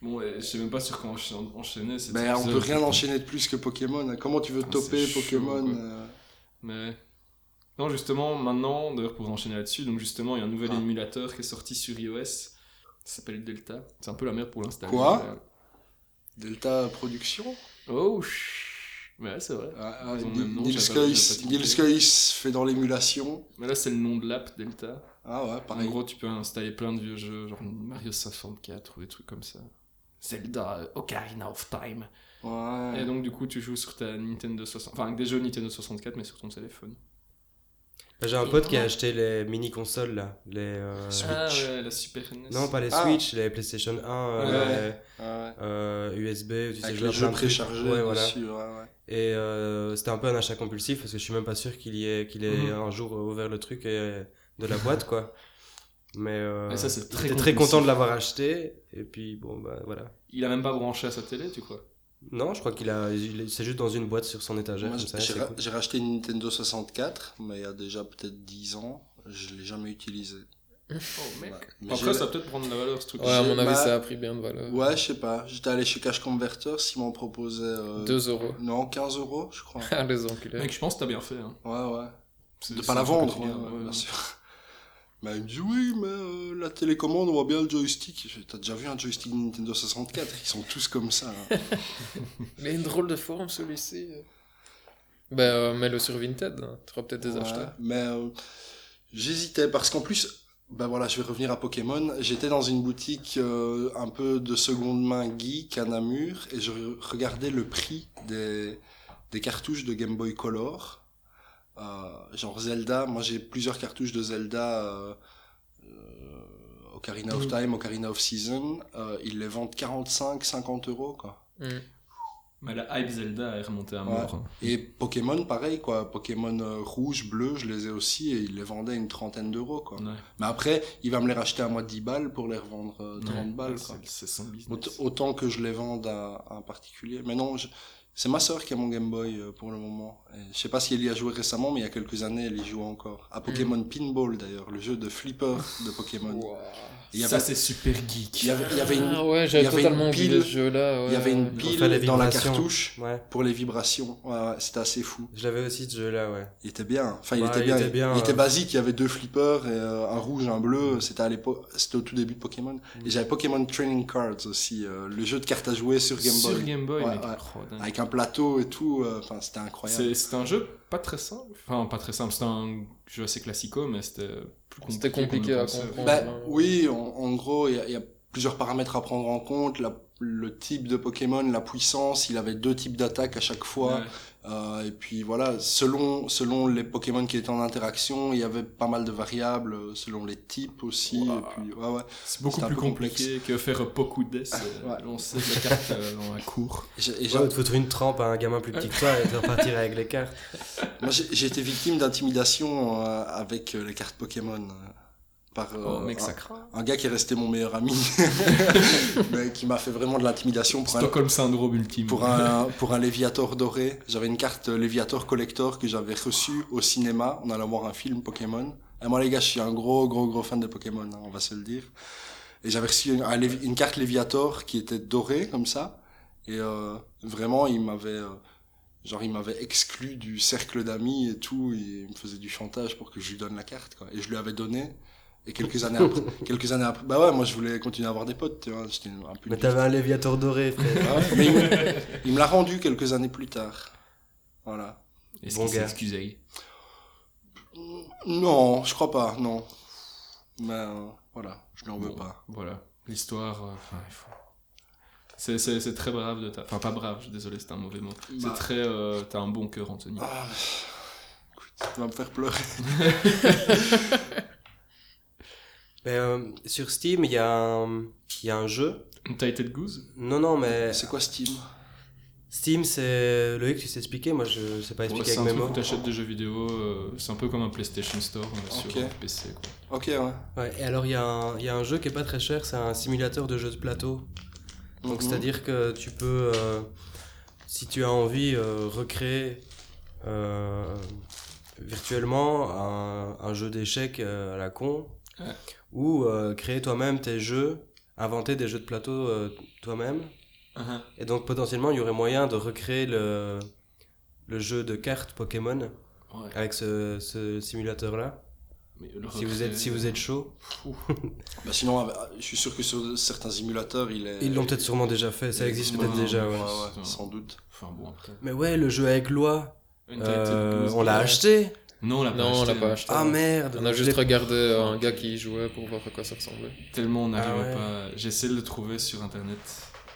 Speaker 3: Bon, euh, je sais même pas sur quoi encha- enchaîner. cet
Speaker 4: Ben, on
Speaker 3: épisode.
Speaker 4: peut rien enchaîner de plus que Pokémon. hein. Comment tu veux
Speaker 3: Ah,
Speaker 4: toper
Speaker 3: c'est chaud,
Speaker 4: Pokémon
Speaker 3: quoi.
Speaker 4: euh,
Speaker 3: Mais. Non, justement, maintenant, d'ailleurs, pour enchaîner là-dessus, donc justement, il y a un nouvel
Speaker 4: Ah.
Speaker 3: émulateur qui est sorti sur iOS. Ça s'appelle Delta. C'est un peu la merde pour l'installer. euh,
Speaker 4: Quoi Delta Production
Speaker 3: Oh, chut. Ouais, c'est vrai.
Speaker 4: Ah, ah,
Speaker 3: Ils ont le même nom,
Speaker 4: Nils
Speaker 3: j'avais- j'avais pas
Speaker 4: Keuss-
Speaker 3: tilté.
Speaker 4: Nils Keuss fait dans l'émulation.
Speaker 3: Mais là, c'est le nom de l'app Delta.
Speaker 4: Ah ouais,
Speaker 3: En
Speaker 4: pareil.
Speaker 3: gros, tu peux installer plein de vieux jeux, genre Mario 64 ou des trucs comme ça. Zelda, euh, Ocarina of Time.
Speaker 4: Ouais.
Speaker 3: Et donc, du coup, tu joues sur ta Nintendo 64. Enfin, avec des jeux Nintendo 64, mais sur ton téléphone.
Speaker 1: Bah, J'ai un pote qui a acheté les mini-consoles, là. Les, euh,
Speaker 3: Ah ouais, la Super NES.
Speaker 1: Non, pas les
Speaker 4: Ah.
Speaker 1: Switch, les PlayStation 1, euh,
Speaker 4: Ah ouais.
Speaker 1: euh, USB, tu sais,
Speaker 4: Avec
Speaker 1: jouer à
Speaker 4: les
Speaker 1: plein
Speaker 4: jeux
Speaker 1: de trucs.
Speaker 4: préchargés
Speaker 1: Ouais, voilà.
Speaker 4: dessus, ouais, ouais.
Speaker 1: Et euh, c'était un peu un achat compulsif parce que je suis même pas sûr qu'il y ait, qu'il ait
Speaker 3: Mhm.
Speaker 1: un jour ouvert le truc et- de la boîte quoi. Mais euh,
Speaker 3: Ouais, Ah, ça, c'est très
Speaker 1: j'étais très
Speaker 3: compulsif.
Speaker 1: content de l'avoir acheté et puis bon bah voilà.
Speaker 3: Il a même pas branché à sa télé, tu crois
Speaker 1: Non, je crois qu'il a, il est- c'est juste dans une boîte sur son étagère.
Speaker 4: Moi,
Speaker 1: comme ça,
Speaker 4: j'ai
Speaker 1: c'est
Speaker 4: ra-
Speaker 1: cool.
Speaker 4: j'ai racheté une Nintendo 64, mais il y a déjà peut-être 10 ans. Je l'ai jamais utilisée.
Speaker 3: Oh, mec.
Speaker 4: Ouais. Mais
Speaker 3: Après,
Speaker 4: j'ai-
Speaker 3: ça va peut-être prendre de la valeur, ce truc.
Speaker 2: Ouais, à mon avis,
Speaker 4: Bah-
Speaker 2: ça a pris bien de valeur.
Speaker 4: Ouais, je sais pas. J'étais allé chez Cash Converter, s'ils m'en proposaient. euh,
Speaker 2: 2 euros.
Speaker 4: Non, 15 euros, je crois.
Speaker 2: Ah, les enculés.
Speaker 3: Mec, je pense que t'as bien fait. Hein.
Speaker 4: Ouais, ouais.
Speaker 3: C'est-
Speaker 4: Oh. De
Speaker 3: c'est
Speaker 4: pas la
Speaker 3: un truc
Speaker 4: vendre,
Speaker 3: que tu
Speaker 4: hein,
Speaker 3: gardes, ouais.
Speaker 4: bien sûr. Bah, il me dit oui, mais euh, la télécommande, on voit bien le joystick. Je fais, T'as déjà vu un joystick Nintendo 64 Ils sont tous comme ça. hein.
Speaker 2: Il a une drôle de forme celui-ci. Ben, euh, mets-le sur Vinted, hein. tu auras peut-être des
Speaker 4: Ouais,
Speaker 2: acheteurs.
Speaker 4: Mais euh, j'hésitais parce qu'en plus, bah voilà, je vais revenir à Pokémon. J'étais dans une boutique euh, un peu de seconde main geek à Namur et je regardais le prix des, des cartouches de Game Boy Color. Euh, genre Zelda, moi j'ai plusieurs cartouches de Zelda. euh, euh, Ocarina of
Speaker 2: Mm.
Speaker 3: Mhm.
Speaker 4: Time, Ocarina of Season, euh, ils les vendent 45, 50 euros, quoi.
Speaker 2: Mm.
Speaker 3: Mais la hype Zelda est remontée à
Speaker 4: Ouais.
Speaker 3: mort. hein.
Speaker 4: Et Pokémon, pareil, quoi. Pokémon euh, rouge, bleu, je les ai aussi et ils les vendaient une trentaine d'euros, quoi.
Speaker 3: Ouais.
Speaker 4: Mais après, il va me les racheter à moi 10 balles pour les revendre euh, 30
Speaker 3: Ouais,
Speaker 4: balles,
Speaker 3: c'est-
Speaker 4: quoi.
Speaker 3: C'est son business.
Speaker 4: Aut- Autant que je les vende à, à un particulier. Mais non, je- c'est ma sœur qui a mon Game Boy euh, pour le moment. Et je sais pas si elle y a joué récemment, mais il y a quelques années, elle y joue encore. À Pokémon Pinball, d'ailleurs, le jeu de flipper de Pokémon. Il y
Speaker 3: Ça,
Speaker 4: avait,
Speaker 3: c'est super geek.
Speaker 4: il y avait, il y avait une,
Speaker 2: Ah ouais,
Speaker 4: il y
Speaker 2: j'avais
Speaker 4: avait une
Speaker 2: totalement oublié
Speaker 4: pile-
Speaker 2: ce jeu-là. ouais.
Speaker 4: il y avait une
Speaker 1: Pour faire les
Speaker 4: pile dans la
Speaker 1: vibrations.
Speaker 4: cartouche
Speaker 1: Ouais,
Speaker 4: pour les vibrations. Ouais, ouais, c'était assez fou.
Speaker 1: je l'avais aussi ce jeu-là, ouais.
Speaker 4: Il était bien. Enfin, il
Speaker 1: Ouais,
Speaker 4: était
Speaker 1: il
Speaker 4: bien.
Speaker 1: était
Speaker 4: Il-
Speaker 1: bien,
Speaker 4: il était
Speaker 1: euh.
Speaker 4: basique. Il y avait deux flippers, et, euh, un rouge, un bleu. C'était à l'époque, c'était au tout début de Pokémon. Et j'avais Pokémon Training Cards aussi, euh, le jeu de cartes à jouer sur Game Boy,
Speaker 3: Sur Game Boy,
Speaker 4: Ouais,
Speaker 3: mec.
Speaker 4: ouais.
Speaker 3: Oh, dingue.
Speaker 4: avec un plateau et tout. euh, Enfin, c'était incroyable.
Speaker 3: C'est- C'était un jeu pas très simple. Enfin, pas très simple. C'était un jeu assez classico, mais c'était plus compliqué.
Speaker 2: C'était compliqué
Speaker 3: qu'on le
Speaker 2: à
Speaker 3: pensait.
Speaker 2: comprendre.
Speaker 4: Bah,
Speaker 2: ouais.
Speaker 4: oui, en, en gros, il y, a- il y a plusieurs paramètres à prendre en compte. La- le type de Pokémon, la puissance. Il avait deux types d'attaques à chaque fois.
Speaker 3: Ouais.
Speaker 4: Euh, et puis voilà, selon selon les Pokémon qui étaient en interaction, il y avait pas mal de variables euh, selon les types aussi.
Speaker 3: Ouah.
Speaker 4: Et puis ouais, ouais.
Speaker 3: C'est beaucoup
Speaker 4: C'était un
Speaker 3: plus
Speaker 4: peu
Speaker 3: compliqué que faire Pokudes, euh,
Speaker 4: Ouais.
Speaker 3: lancer de la carte euh, dans un cours.
Speaker 4: Et j'ai- et j'ai-
Speaker 1: Ouais, te foutre une trempe à un gamin plus petit que toi et te repartir avec les cartes.
Speaker 4: Moi, j'ai j'ai été victime d'intimidation euh, avec euh, les cartes Pokémon euh, par euh,
Speaker 3: Oh, mec,
Speaker 4: un,
Speaker 3: ça craint.
Speaker 4: un gars qui est resté mon meilleur ami, mais qui m'a fait vraiment de l'intimidation pour un,
Speaker 3: Stockholm Syndrome ultime.
Speaker 4: pour un pour un Léviator doré. J'avais une carte Léviator collector que j'avais reçue au cinéma. On allait voir un film Pokémon. Et moi, les gars, je suis un gros, gros, gros fan de Pokémon, hein, on va se le dire. Et j'avais reçu une, un Lévi- une carte Léviator qui était dorée comme ça. Et euh, vraiment, il m'avait euh, genre il m'avait exclu du cercle d'amis et tout. Et il me faisait du chantage pour que je lui donne la carte. Quoi. Et je lui avais donné. Et quelques années après, quelques années après, bah ouais, moi je voulais continuer à avoir des potes, tu vois, j'étais un peu une
Speaker 1: Mais t'avais un Léviator doré, frère.
Speaker 4: ah ouais, mais il me- il me l'a rendu quelques années plus tard. Voilà.
Speaker 3: Est-ce
Speaker 1: Bon
Speaker 3: qu'il
Speaker 1: gars.
Speaker 3: s'excusait
Speaker 4: Non, je crois pas, non. Mais euh, voilà, je n'en veux
Speaker 3: Bon.
Speaker 4: pas.
Speaker 3: Voilà. L'histoire. euh, enfin, il faut- C'est- C'est c'est très brave de ta. Enfin, pas brave, je suis désolé, c'était un mauvais mot. C'est
Speaker 4: Bah.
Speaker 3: très. euh, T'as un bon cœur, Anthony.
Speaker 4: Ah, écoute, tu vas me faire pleurer.
Speaker 1: Mais euh, sur Steam, il y, a un- il y a un jeu.
Speaker 3: Titled Goose
Speaker 1: Non, non, mais
Speaker 4: C'est quoi Steam
Speaker 1: Steam, c'est. Loïc, tu sais expliquer, moi je sais pas
Speaker 3: Ouais,
Speaker 1: expliquer
Speaker 3: C'est un
Speaker 1: avec mes
Speaker 3: truc où
Speaker 1: mots.
Speaker 3: t'achètes des jeux vidéo, euh, c'est un peu comme un PlayStation Store mais
Speaker 4: Ok.
Speaker 3: sur PC. Quoi.
Speaker 4: Ok, hein. ouais.
Speaker 1: Ouais, et alors il y, a un- il y a un jeu qui est pas très cher, c'est un simulateur de jeu de plateau. Donc
Speaker 4: Mhm.
Speaker 1: c'est-à-dire que tu peux, euh, si tu as envie, euh, recréer euh, virtuellement un, un jeu d'échecs euh, à la con,
Speaker 3: Ouais.
Speaker 1: ou euh, créer toi-même tes jeux, inventer des jeux de plateau euh, toi-même.
Speaker 4: Uh-huh.
Speaker 1: Et donc potentiellement, il y aurait moyen de recréer le, le jeu de cartes Pokémon
Speaker 3: Ouais.
Speaker 1: avec ce, ce simulateur-là.
Speaker 3: Mais le
Speaker 1: Si vous êtes, si vous êtes chaud.
Speaker 4: Bah sinon, ah, bah, je suis sûr que sur certains simulateurs, il est. Mm,
Speaker 1: Ils l'ont peut-être sûrement déjà fait, ça existe peut-être
Speaker 3: Ouais,
Speaker 1: déjà.
Speaker 4: Ouais,
Speaker 1: ouais.
Speaker 4: ouais, sans doute.
Speaker 3: Enfin bon, après.
Speaker 1: Mais ouais, le jeu avec loi,
Speaker 3: Untitled
Speaker 1: euh,
Speaker 3: Goose
Speaker 1: on l'a
Speaker 3: Game.
Speaker 1: acheté.
Speaker 3: Non, on l'a pas
Speaker 2: Non, on
Speaker 3: acheté.
Speaker 2: l'a pas acheté.
Speaker 1: Ah merde
Speaker 2: On a
Speaker 1: je
Speaker 2: juste
Speaker 1: l'ai-
Speaker 2: regardé euh, un gars qui y jouait pour voir à quoi ça ressemblait.
Speaker 3: Tellement on n'arrivait
Speaker 1: Ah
Speaker 3: pas. J'essaie de le trouver sur internet.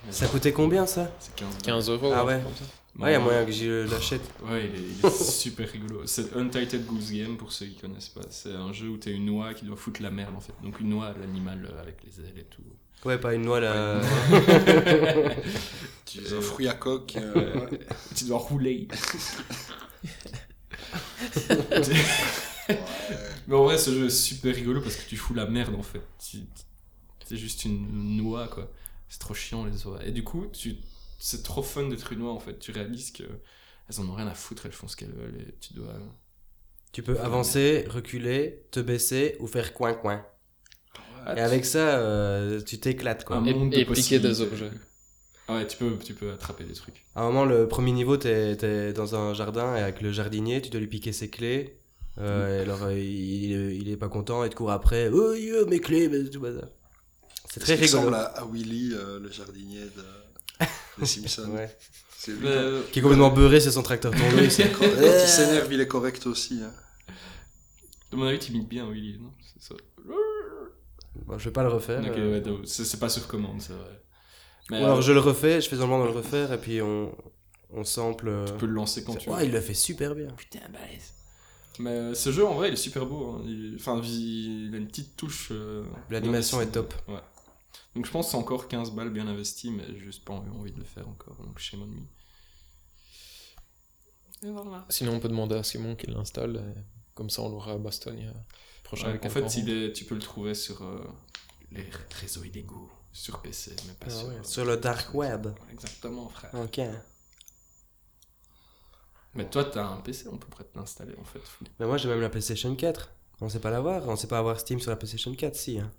Speaker 3: mais
Speaker 1: Ça coûtait combien ça
Speaker 3: C'est 15 balles.
Speaker 2: 15 euros.
Speaker 1: Ah
Speaker 2: hein,
Speaker 1: ouais.
Speaker 2: comme ça.
Speaker 1: Ouais, y a moyen que je l'achète.
Speaker 3: Ouais, il est, il est super rigolo. C'est Untitled Goose Game pour ceux qui connaissent pas. C'est un jeu où t'es une noix qui doit foutre la merde en fait. Donc une noix, l'animal euh, avec les ailes et tout.
Speaker 1: Ouais, pas une noix là.
Speaker 4: Tu es un fruit à coque. euh, ouais.
Speaker 3: tu dois rouler. Mais en vrai, ce jeu est super rigolo parce que tu fous la merde en fait. Tu- C'est juste une noix quoi. C'est trop chiant les oies. Et du coup, tu... c'est trop fun d'être une noix en fait. Tu réalises que elles en ont rien à foutre, elles font ce qu'elles veulent et tu dois. euh,
Speaker 1: tu peux avancer, reculer, te baisser ou faire coin coin. Et avec ça, euh, tu t'éclates quoi.
Speaker 3: Un monde de
Speaker 2: Et, et piquer des
Speaker 3: possibilités.
Speaker 2: objets.
Speaker 3: Ah ouais, tu peux, tu peux attraper des trucs.
Speaker 1: À un moment, le premier niveau, t'es es dans un jardin et avec le jardinier, tu dois lui piquer ses clés.
Speaker 2: Mmh.
Speaker 1: Euh, et alors, euh, il, est- il est pas content et te court après. Oh, yo, mes clés, mais tout bazar. C'est très
Speaker 4: Est-ce qu'il
Speaker 1: rigolo.
Speaker 4: ressemble à, à Willy, euh, le jardinier de, des Simpsons.
Speaker 1: Ouais.
Speaker 4: C'est lui.
Speaker 3: Mais, euh,
Speaker 1: Qui est complètement beurré sur son tracteur tombé. c'est-
Speaker 4: Quand, quand
Speaker 1: Euh.
Speaker 4: il s'énerve, il est correct aussi. hein.
Speaker 3: de mon avis, t'imites bien Willy, non C'est ça.
Speaker 1: Bon, je vais pas le refaire.
Speaker 3: Ok,
Speaker 1: euh.
Speaker 3: ouais, donc, c'est c'est pas sur commande, c'est vrai. Mais
Speaker 1: Ou alors,
Speaker 3: euh,
Speaker 1: je le refais, je fais semblant de le refaire et puis on, on sample. euh,
Speaker 3: tu peux le lancer quand
Speaker 1: c'est-
Speaker 3: tu veux.
Speaker 1: Ouais, il le fait super bien.
Speaker 3: Mais euh, ce jeu, en vrai, il est super beau. hein. Il- Enfin, il il a une petite touche. euh,
Speaker 1: L'animation est
Speaker 3: investie.
Speaker 1: top.
Speaker 3: Ouais. Donc je pense que c'est encore 15 balles bien investies, mais j'ai juste pas envie, envie de le faire encore. Donc chez mon ami.
Speaker 2: Sinon, on peut demander à Simon qu'il l'installe. et Comme ça, on l'aura à Bastogne euh, prochain
Speaker 3: Ouais, en
Speaker 2: week-end par
Speaker 3: fait,
Speaker 2: an.
Speaker 3: il est- tu peux le trouver sur euh, les r- réseaux illégaux, sur PC, mais pas sur. euh,
Speaker 1: Sur le dark web.
Speaker 3: Exactement, frère.
Speaker 1: Ah Ok.
Speaker 3: Mais toi, t'as un PC, on peut peut-être l'installer en fait.
Speaker 1: Mais moi, j'ai même la PlayStation 4. On sait pas l'avoir. On sait pas avoir Steam sur la PlayStation 4, si. hein.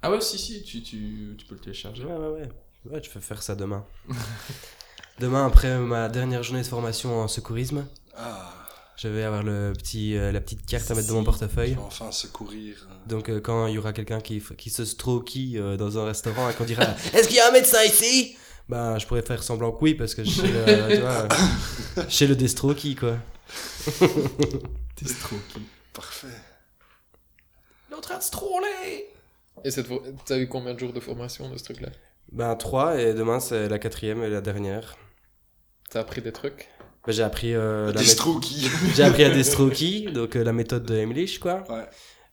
Speaker 3: Ah ouais, si, si, tu, tu, tu peux le télécharger.
Speaker 1: Ouais, ouais, ouais. Ouais, je vais faire ça demain. demain, après ma dernière journée de formation en secourisme,
Speaker 4: Ah,
Speaker 1: je vais avoir le petit, euh, la petite carte à mettre dans mon
Speaker 4: je
Speaker 1: portefeuille.
Speaker 4: vais enfin secourir. hein.
Speaker 1: Donc, euh, quand il y aura quelqu'un qui, f- qui se stroquille euh, dans un restaurant et qu'on dira Est-ce qu'il y a un médecin ici Bah, je pourrais faire semblant que oui, parce que chez le, tu vois, euh, chez le destroquille, quoi.
Speaker 3: T'es trop cool.
Speaker 4: Parfait.
Speaker 3: Il est en train de se troller
Speaker 2: Et cette fois, t'as eu combien de jours de formation de ce truc-là
Speaker 1: Ben, 3 et demain, c'est la quatrième et la dernière.
Speaker 2: T'as appris des trucs
Speaker 1: Ben, j'ai appris euh, la
Speaker 4: Des
Speaker 1: méthode-
Speaker 4: strokes qui.
Speaker 1: J'ai appris à DestroKey, donc euh, la méthode de Emlich, quoi.
Speaker 4: Ouais.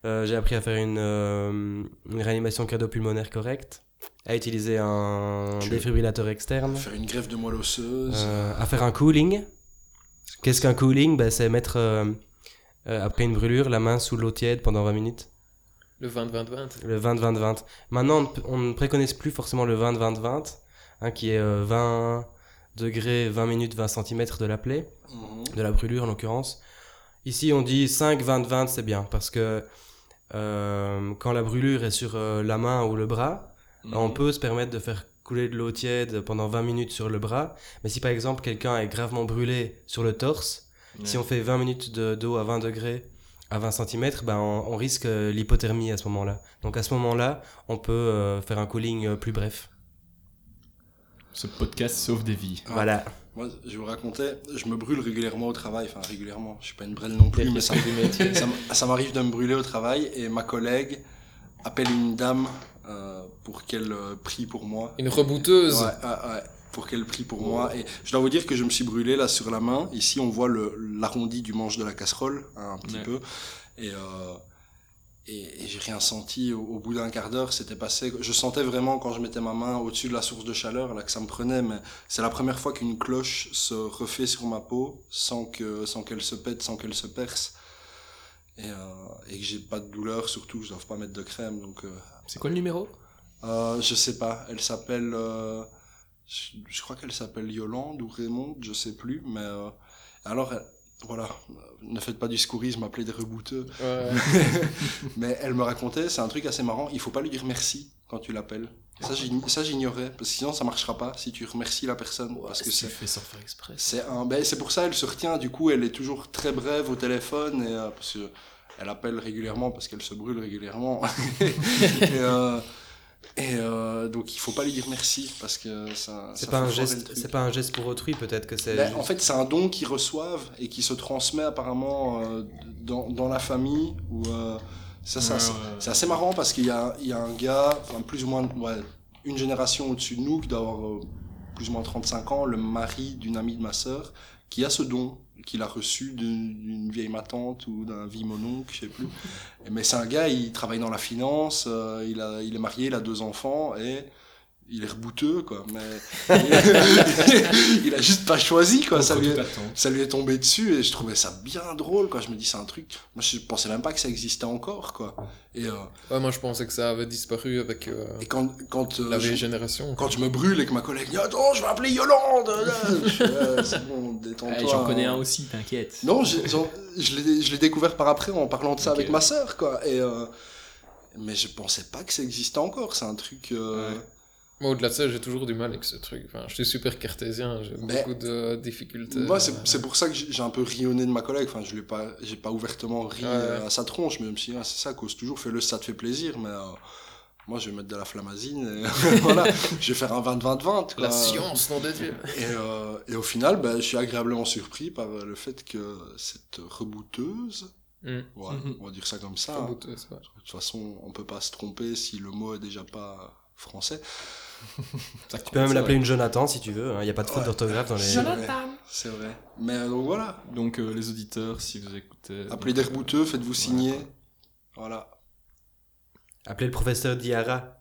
Speaker 1: Euh, j'ai appris à faire une, euh, une réanimation cardio-pulmonaire correcte, à utiliser un
Speaker 4: Tu-
Speaker 1: défibrillateur externe,
Speaker 4: Faire une greffe de moelle osseuse.
Speaker 1: euh, à faire un cooling. Qu'est-ce qu'un cooling Bah, C'est mettre, euh, euh, après une brûlure, la main sous l'eau tiède pendant 20 minutes.
Speaker 2: Le 20-20-20
Speaker 1: Le 20-20-20. Maintenant, on ne p- on ne préconise plus forcément le 20-20-20, hein, qui est euh, 20 degrés, 20 minutes, 20 cm de la plaie
Speaker 4: Mhm.
Speaker 1: de la brûlure en l'occurrence. Ici, on dit 5, 20, 20, c'est bien parce que euh, quand la brûlure est sur euh, la main ou le bras,
Speaker 4: Mhm.
Speaker 1: on peut se permettre de faire couler de l'eau tiède pendant 20 minutes sur le bras. Mais si par exemple quelqu'un est gravement brûlé sur le torse, si on fait 20 minutes de- d'eau à 20 degrés, à 20 cm, ben on, on risque euh, l'hypothermie à ce moment-là. Donc à ce moment-là, on peut euh, faire un cooling euh, plus bref.
Speaker 3: Ce podcast sauve des vies.
Speaker 4: Ah.
Speaker 1: Voilà.
Speaker 4: Moi, je vous racontais, je me brûle régulièrement au travail, enfin régulièrement, je suis pas une brêle non plus, mais ça, ça m- ça m'arrive de me brûler au travail et ma collègue appelle une dame euh, pour qu'elle euh, prie pour moi.
Speaker 2: Une
Speaker 4: Ouais,
Speaker 2: rebouteuse
Speaker 4: ouais, ouais, pour qu'elle prie pour moi. Et je dois vous dire que je me suis brûlé là sur la main. Ici, on voit le- l'arrondi du manche de la casserole, hein, un petit
Speaker 3: Ouais.
Speaker 4: peu. Et, euh, et, et j'ai rien senti. Au, au bout d'un quart d'heure, c'était passé. Je sentais vraiment quand je mettais ma main au-dessus de la source de chaleur, là que ça me prenait. Mais c'est la première fois qu'une cloche se refait sur ma peau sans que sans qu'elle se pète, sans qu'elle se perce. Et, euh, et que j'ai pas de douleur, surtout, je dois pas mettre de crème. Donc, euh,
Speaker 3: C'est quoi le numéro
Speaker 4: euh, je sais pas. Elle s'appelle. euh, je, je crois qu'elle s'appelle Yolande ou Raymond, je sais plus. Mais euh, alors, euh, voilà. Ne faites pas du secourisme, appelez des rebouteux.
Speaker 2: Ouais.
Speaker 4: mais elle me racontait, c'est un truc assez marrant. Il faut pas lui dire merci quand tu l'appelles. Ça, j'ign- ça, j'ignorais. Parce que sinon, ça marchera pas si tu remercies la personne. parce que
Speaker 3: Qu'est-ce que
Speaker 4: c'est.
Speaker 3: tu fais sans faire exprès
Speaker 4: C'est un. Ben, c'est pour ça, elle se retient. Du coup, elle est toujours très brève au téléphone. Et, euh, parce que elle appelle régulièrement parce qu'elle se brûle régulièrement. et euh, et, euh, donc, il faut pas lui dire merci parce que ça.
Speaker 1: C'est
Speaker 4: ça
Speaker 1: pas
Speaker 4: fait
Speaker 1: un
Speaker 4: foirer le
Speaker 1: geste,
Speaker 4: truc.
Speaker 1: c'est pas un geste pour autrui peut-être que c'est.
Speaker 4: Ben,
Speaker 1: juste-
Speaker 4: en fait, c'est un don qu'ils reçoivent et qui se transmet apparemment euh, dans, dans la famille. Ou euh, ça, ça,
Speaker 3: Ouais,
Speaker 4: c'est-
Speaker 3: ouais, ouais.
Speaker 4: c'est assez marrant parce qu'il y a, il y a un gars, enfin plus ou moins ouais, une génération au-dessus de nous, qui doit avoir euh, plus ou moins 35 ans, le mari d'une amie de ma sœur, qui a ce don, qu'il a reçu d'une d'une vieille matante ou d'un vieil mononcle, je sais plus. Et- Mais c'est un gars, il travaille dans la finance, euh, il, a, il est marié, il a deux enfants et il est rebouteux, quoi. Mais il a juste pas choisi, quoi. Ça
Speaker 3: Contre
Speaker 4: lui est-
Speaker 3: toute attente.
Speaker 4: ça lui est tombé dessus et je trouvais ça bien drôle quoi. Je me dis c'est un truc. Moi je pensais même pas que ça existait encore quoi. Et, euh,
Speaker 2: Ouais, moi je pensais que ça avait disparu avec euh,
Speaker 4: et quand quand euh,
Speaker 2: la vieille
Speaker 4: je,
Speaker 2: génération.
Speaker 4: quand je me brûle et que ma collègue dit attends je vais appeler Yolande. là, je fais, Ouais, c'est bon détends-toi.
Speaker 3: Eh, J'en connais
Speaker 4: hein.
Speaker 3: un aussi, t'inquiète.
Speaker 4: Non j'ai- j'en- je l'ai je l'ai découvert par après en parlant de ça
Speaker 3: Ok.
Speaker 4: avec ma sœur quoi. Et euh, mais je pensais pas que ça existait encore. C'est un truc. euh,
Speaker 3: Ouais.
Speaker 2: Moi, au-delà de ça, j'ai toujours du mal avec ce truc. Enfin, je suis super cartésien, j'ai
Speaker 4: Mais-
Speaker 2: beaucoup de difficultés.
Speaker 4: Moi, c'est c'est pour ça que j'ai j'ai un peu ri au nez de ma collègue. Enfin, je l'ai pas, j'ai pas ouvertement ri
Speaker 2: Ouais.
Speaker 4: euh, à sa tronche, mais je me suis dit, ah, c'est ça, cause toujours, fais-le, ça te fait plaisir, mais euh, moi, je vais mettre de la flamazine, et voilà, je vais faire un 20-20-20. quoi.
Speaker 2: La science, nom de Dieu
Speaker 4: Et, euh, et au final, ben, je suis agréablement surpris par euh, le fait que cette rebouteuse,
Speaker 2: Hum.
Speaker 4: ouais,
Speaker 3: Mhm.
Speaker 4: on va dire ça comme ça,
Speaker 2: Pas
Speaker 4: hein.
Speaker 2: bouteux, c'est vrai.
Speaker 4: de toute façon, on peut pas se tromper si le mot est déjà pas français.
Speaker 1: Tu peux même l'appeler une Jonathan si tu veux, hein. il n'y a pas de faute
Speaker 4: Ouais.
Speaker 1: d'orthographe dans les.
Speaker 4: Jonathan. C'est vrai. Mais euh, donc voilà,
Speaker 3: Donc euh, les auditeurs, si vous écoutez. euh,
Speaker 4: appelez des
Speaker 3: donc,
Speaker 4: rebouteux, faites-vous signer. Voilà.
Speaker 1: Appelez le professeur Diarra.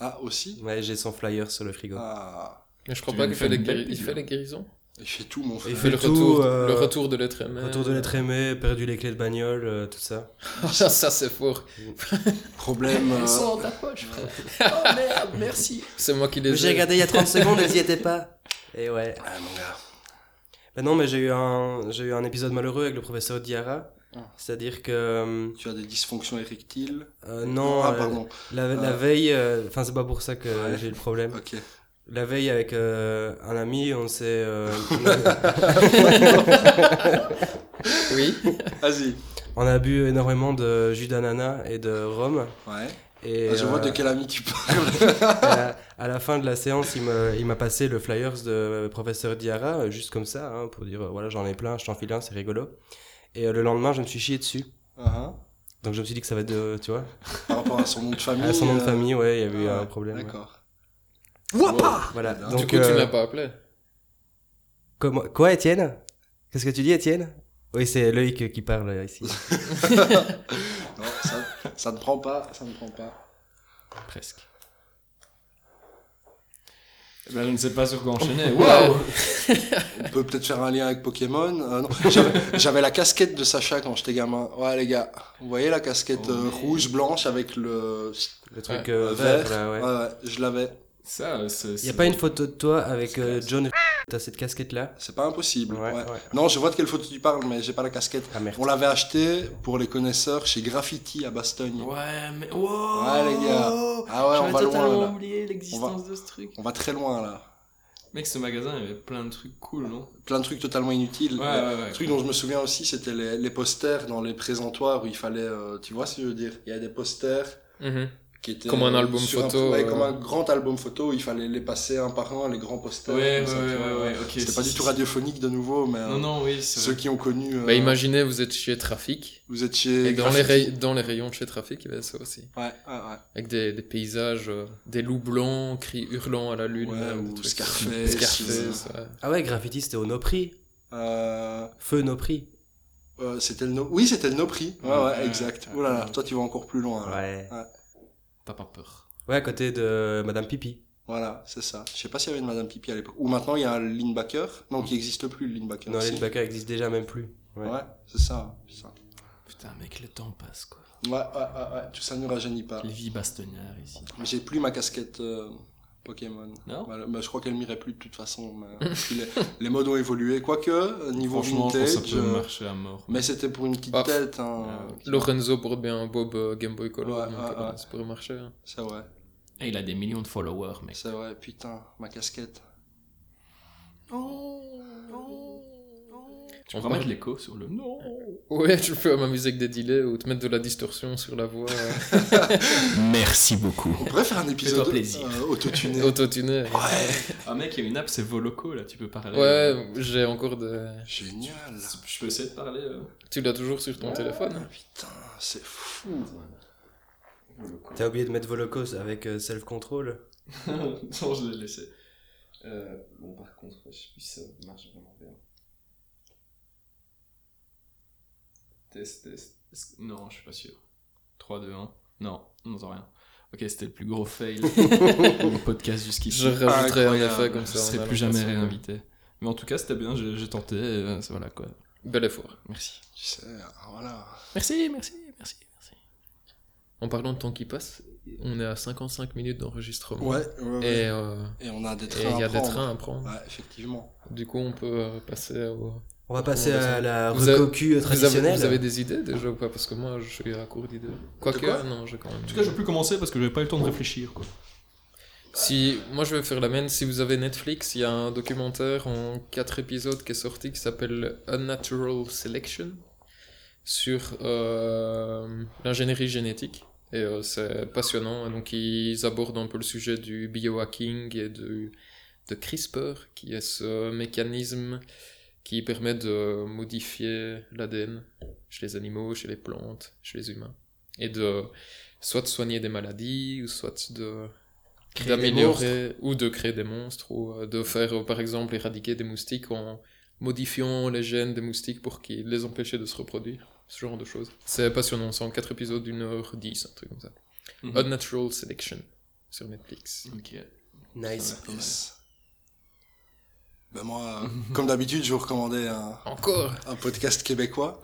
Speaker 4: Ah, aussi
Speaker 1: Ouais, j'ai son flyer sur le frigo.
Speaker 4: Ah,
Speaker 2: Mais je crois
Speaker 3: Tu
Speaker 2: pas
Speaker 3: lui
Speaker 2: qu'il fait,
Speaker 3: fais
Speaker 2: les
Speaker 3: une belle
Speaker 2: guéri- il
Speaker 3: pub,
Speaker 2: fait
Speaker 3: là.
Speaker 2: les guérisons.
Speaker 4: il fait tout, mon frère.
Speaker 1: Il
Speaker 2: Il
Speaker 1: fait
Speaker 2: fait le
Speaker 1: tout,
Speaker 2: retour,
Speaker 1: euh,
Speaker 2: le retour de l'être aimé.
Speaker 1: Retour de l'être aimé, perdu les clés de bagnole, euh, tout ça.
Speaker 2: ça, ça, c'est fort.
Speaker 4: Problème. euh,
Speaker 2: ta poche, frère. oh merde, merci. C'est moi qui les ai.
Speaker 1: J'ai regardé il y a 30 secondes, elles y étaient pas. Et ouais.
Speaker 4: Ah, mon gars.
Speaker 1: Ben non, mais j'ai eu, un, j'ai eu un épisode malheureux avec le professeur Diarra.
Speaker 4: Ah.
Speaker 1: C'est-à-dire que. euh,
Speaker 4: Tu as des dysfonctions érectiles
Speaker 1: euh, non,
Speaker 4: Ah,
Speaker 1: euh,
Speaker 4: pardon.
Speaker 1: la, la
Speaker 4: Ah.
Speaker 1: veille. euh, Enfin, c'est pas pour ça que
Speaker 4: Ouais.
Speaker 1: j'ai eu le problème.
Speaker 4: Ok.
Speaker 1: La veille, avec euh, un ami, on s'est. euh, on a-
Speaker 2: Oui.
Speaker 4: Vas-y.
Speaker 1: on a bu énormément de jus d'ananas et de rhum.
Speaker 4: Ouais.
Speaker 1: Et,
Speaker 4: Ah, je vois
Speaker 1: euh,
Speaker 4: de quel ami tu parles.
Speaker 1: à, la, à la fin de la séance, il me- il m'a passé le flyers de professeur Diarra, euh, juste comme ça, hein, pour dire euh, voilà, j'en ai plein, je t'en file un, c'est rigolo. Et euh, le lendemain, je me suis chié dessus.
Speaker 4: Ah, ah.
Speaker 1: Donc je me suis dit que ça va être de. Tu vois
Speaker 4: Par rapport à son nom de famille.
Speaker 1: À son nom de
Speaker 4: euh,
Speaker 1: famille, ouais, il y a eu
Speaker 4: ah,
Speaker 1: un problème. ouais.
Speaker 4: D'accord.
Speaker 1: Voilà.
Speaker 4: Du
Speaker 1: Donc,
Speaker 2: du coup, tu
Speaker 1: euh,
Speaker 2: ne l'as pas appelé.
Speaker 1: comment- Quoi, Étienne Qu'est-ce que tu dis, Étienne Oui, c'est Loïc qui parle euh, ici.
Speaker 4: Non, ça, ça ne prend pas. Ça ne prend pas.
Speaker 3: Presque. Eh ben, je ne sais pas sur quoi enchaîner.
Speaker 2: Waouh
Speaker 4: On peut peut-être faire un lien avec Pokémon. Euh, non. J'avais- J'avais la casquette de Sacha quand j'étais gamin. Ouais, les gars. Vous voyez la casquette
Speaker 3: Oh,
Speaker 4: euh,
Speaker 3: mais-
Speaker 4: rouge, blanche avec le.
Speaker 1: Le truc
Speaker 2: Ouais.
Speaker 1: euh,
Speaker 4: Vert.
Speaker 1: vert, là, ouais.
Speaker 4: Ouais, ouais, je l'avais.
Speaker 3: Ça, euh, c'est.
Speaker 1: Il n'y a
Speaker 3: c'est-
Speaker 1: pas une photo de toi avec euh,
Speaker 3: classe.
Speaker 1: John T'as cette casquette-là
Speaker 4: C'est pas impossible.
Speaker 1: Ouais,
Speaker 4: ouais.
Speaker 1: ouais.
Speaker 4: Non, je vois de quelle photo tu parles, mais j'ai pas la casquette.
Speaker 1: Ah merde.
Speaker 4: On l'avait acheté pour les connaisseurs chez Graffiti à Bastogne.
Speaker 3: Ouais, mais.
Speaker 4: Ouais, les gars. Ah ouais, on va loin là.
Speaker 3: oublié
Speaker 4: l'existence
Speaker 3: de ce truc.
Speaker 4: On va très loin là.
Speaker 3: Mec, ce magasin, il y avait plein de trucs cool, non
Speaker 4: Plein de trucs totalement inutiles.
Speaker 3: Ouais, ouais, ouais.
Speaker 4: Le truc dont je me souviens aussi, c'était les, les posters dans les présentoirs où il fallait, euh, tu vois ce que je veux dire, il y a des posters
Speaker 2: Mhm.
Speaker 4: qui étaient
Speaker 2: Comme un
Speaker 4: euh,
Speaker 2: album
Speaker 4: sur
Speaker 2: photo,
Speaker 4: ouais,
Speaker 2: euh.
Speaker 4: comme un grand album photo, où il fallait les passer un par un, les grands posters.
Speaker 3: Ouais, ouais,
Speaker 4: comme ça, tu
Speaker 3: ouais,
Speaker 4: vois.
Speaker 3: ouais, ouais, ok.
Speaker 4: C'était
Speaker 3: si,
Speaker 4: euh, pas du
Speaker 3: si,
Speaker 4: tout
Speaker 3: si.
Speaker 4: radiophonique de nouveau, mais euh,
Speaker 3: Non, non, oui, c'est
Speaker 4: ceux
Speaker 3: vrai.
Speaker 4: qui ont connu, euh,
Speaker 2: Bah, imaginez, vous êtes chez Trafic.
Speaker 4: vous êtes chez
Speaker 2: Et dans les,
Speaker 4: Graffiti.
Speaker 2: ray- dans les rayons de chez Trafic, il y avait ça aussi.
Speaker 4: Ouais, ouais,
Speaker 2: Avec des, des paysages, euh, des loups blancs, cris hurlant à la lune.
Speaker 4: ouais. ouais
Speaker 2: euh, des
Speaker 4: ou
Speaker 2: trucs-
Speaker 4: Scarface. euh,
Speaker 2: Scarface, ouais.
Speaker 1: Ah ouais, graffiti, c'était au Nopri.
Speaker 4: euh,
Speaker 1: Feu Nopri.
Speaker 4: Euh, c'était le no... Oui, c'était le no prix. Ouais, ouais,
Speaker 3: Ouais,
Speaker 4: exact.
Speaker 3: ouais,
Speaker 4: Oh là là,
Speaker 3: ouais.
Speaker 4: toi tu vas encore plus loin. là.
Speaker 1: Ouais.
Speaker 3: T'as pas peur.
Speaker 1: Ouais, à côté de euh, Madame Pipi.
Speaker 4: Voilà, c'est ça. Je sais pas s'il y avait une Madame Pipi à l'époque. Ou maintenant il y a un linebacker. Non, qui existe plus, le linebacker.
Speaker 1: Non,
Speaker 4: si.
Speaker 1: Linebacker existe déjà même plus.
Speaker 4: Ouais,
Speaker 1: Ouais.
Speaker 4: c'est ça. c'est ça.
Speaker 3: Putain, mec, le temps passe, quoi.
Speaker 4: Ouais, ouais, ouais, ouais, tout ça ne rajeunit pas.
Speaker 3: Les vies bastonnières ici.
Speaker 4: Mais j'ai plus ma casquette euh, Pokémon.
Speaker 3: Non
Speaker 4: Bah, le- bah, je crois qu'elle m'irait plus de toute façon. mais- puis les, les modes ont évolué. Quoique, euh, niveau
Speaker 3: Franchement, je pense que ça
Speaker 4: vintage.
Speaker 3: peut
Speaker 4: euh,
Speaker 3: marcher à mort.
Speaker 4: Mais c'était pour une petite
Speaker 2: Ah.
Speaker 4: tête. hein.
Speaker 3: Ah,
Speaker 2: Lorenzo pour bien un Bob euh, Game Boy Color.
Speaker 4: Ouais,
Speaker 2: donc,
Speaker 4: ouais,
Speaker 2: euh,
Speaker 4: ouais.
Speaker 2: Ça pourrait marcher. hein.
Speaker 4: C'est vrai.
Speaker 3: Et Ah, il a des millions de followers, mec.
Speaker 4: C'est vrai. Putain, ma casquette.
Speaker 3: Tu
Speaker 2: On
Speaker 3: peux
Speaker 2: parle-
Speaker 3: mettre l'écho sur le nom
Speaker 2: Ouais, tu le fais à ma musique des delays ou te mettre de la distorsion sur la voix euh,
Speaker 3: Merci beaucoup.
Speaker 4: On pourrait faire un épisode
Speaker 3: plaisir.
Speaker 4: euh, autotuné.
Speaker 2: autotunée.
Speaker 4: Ouais.
Speaker 3: Ah, mec, il y a une app, c'est Voloco, là, tu peux parler.
Speaker 2: Ouais, j'ai encore de.
Speaker 4: Génial.
Speaker 3: Je peux essayer de parler. euh,
Speaker 2: Tu l'as toujours sur ton téléphone
Speaker 4: Putain, c'est fou.
Speaker 1: T'as oublié de mettre Volocos avec euh, self-control.
Speaker 3: non, je l'ai laissé. Euh, bon, par contre, je sais plus si ça marche vraiment bien. Test, test. Est-ce que- Non, je suis pas sûr. 3, 2, 1. Non, on n'entend rien. Ok, c'était le plus gros fail du podcast jusqu'ici.
Speaker 2: Je rajouterai un
Speaker 4: Incroyable.
Speaker 2: effet comme
Speaker 3: Je
Speaker 2: ça.
Speaker 3: serai
Speaker 2: on a
Speaker 3: plus jamais
Speaker 2: l'impression que-
Speaker 3: réinvité. Mais en tout cas, c'était bien, j'ai j'ai tenté. euh, c'est- voilà quoi.
Speaker 2: Bel effort.
Speaker 3: Merci.
Speaker 4: Tu sais, voilà.
Speaker 3: Merci, merci, merci, merci.
Speaker 2: En parlant de temps qui passe, on est à 55 minutes d'enregistrement.
Speaker 4: Ouais, ouais, ouais.
Speaker 2: Et euh,
Speaker 4: Et, on a des
Speaker 2: et
Speaker 4: trains.
Speaker 2: il y a
Speaker 4: à
Speaker 2: des
Speaker 4: prendre.
Speaker 2: trains à prendre.
Speaker 4: Ouais, effectivement.
Speaker 2: Du coup, on peut euh, passer au.
Speaker 1: On va passer
Speaker 2: Comment on
Speaker 1: à
Speaker 2: dit
Speaker 1: la
Speaker 2: Vous avez-
Speaker 1: recocu
Speaker 2: Vous avez,
Speaker 1: traditionnelle.
Speaker 2: vous avez des idées déjà ou pas Parce que moi, je suis à court d'idées. Quoique,
Speaker 4: quoi
Speaker 2: non, j'ai quand même.
Speaker 3: En tout cas, je vais plus commencer parce que j'avais pas eu le temps de réfléchir quoi.
Speaker 2: Si, moi je vais faire la mienne. Si vous avez Netflix, il y a un documentaire en 4 épisodes qui est sorti qui s'appelle Unnatural Selection sur euh, l'ingénierie génétique. Et euh, c'est passionnant. Et Donc ils abordent un peu le sujet du biohacking et du, de CRISPR, qui est ce mécanisme qui permet de modifier l'ADN chez les animaux, chez les plantes, chez les humains. Et de soit de soigner des maladies, ou soit de
Speaker 1: Créer des
Speaker 2: d'améliorer ou de créer des monstres ou euh, de faire euh, par exemple éradiquer des moustiques en modifiant les gènes des moustiques pour qu'ils les empêcher de se reproduire ce genre de choses c'est passionnant c'est en 4 épisodes d'une heure 10 un truc comme ça
Speaker 3: Mhm.
Speaker 2: Unnatural Selection sur Netflix
Speaker 3: Ok.
Speaker 1: Nice.
Speaker 3: Ouais.
Speaker 4: Yes. Ben moi, euh, comme d'habitude, je vous recommandais un,
Speaker 2: encore
Speaker 4: un podcast québécois.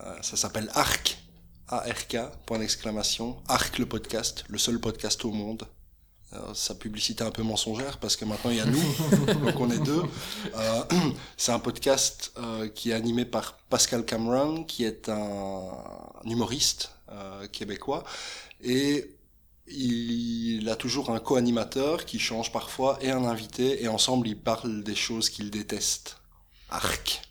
Speaker 4: Euh, ça s'appelle ARC. ARK, point d'exclamation. ARC le podcast, le seul podcast au monde. Euh, sa publicité un peu mensongère parce que maintenant il y a nous, donc on est deux. Euh, c'est un podcast euh, qui est animé par Pascal Cameron, qui est un, un humoriste euh, québécois. Et il, a toujours un co-animateur qui change parfois et un invité. Et ensemble, ils parlent des choses qu'ils détestent. Arc.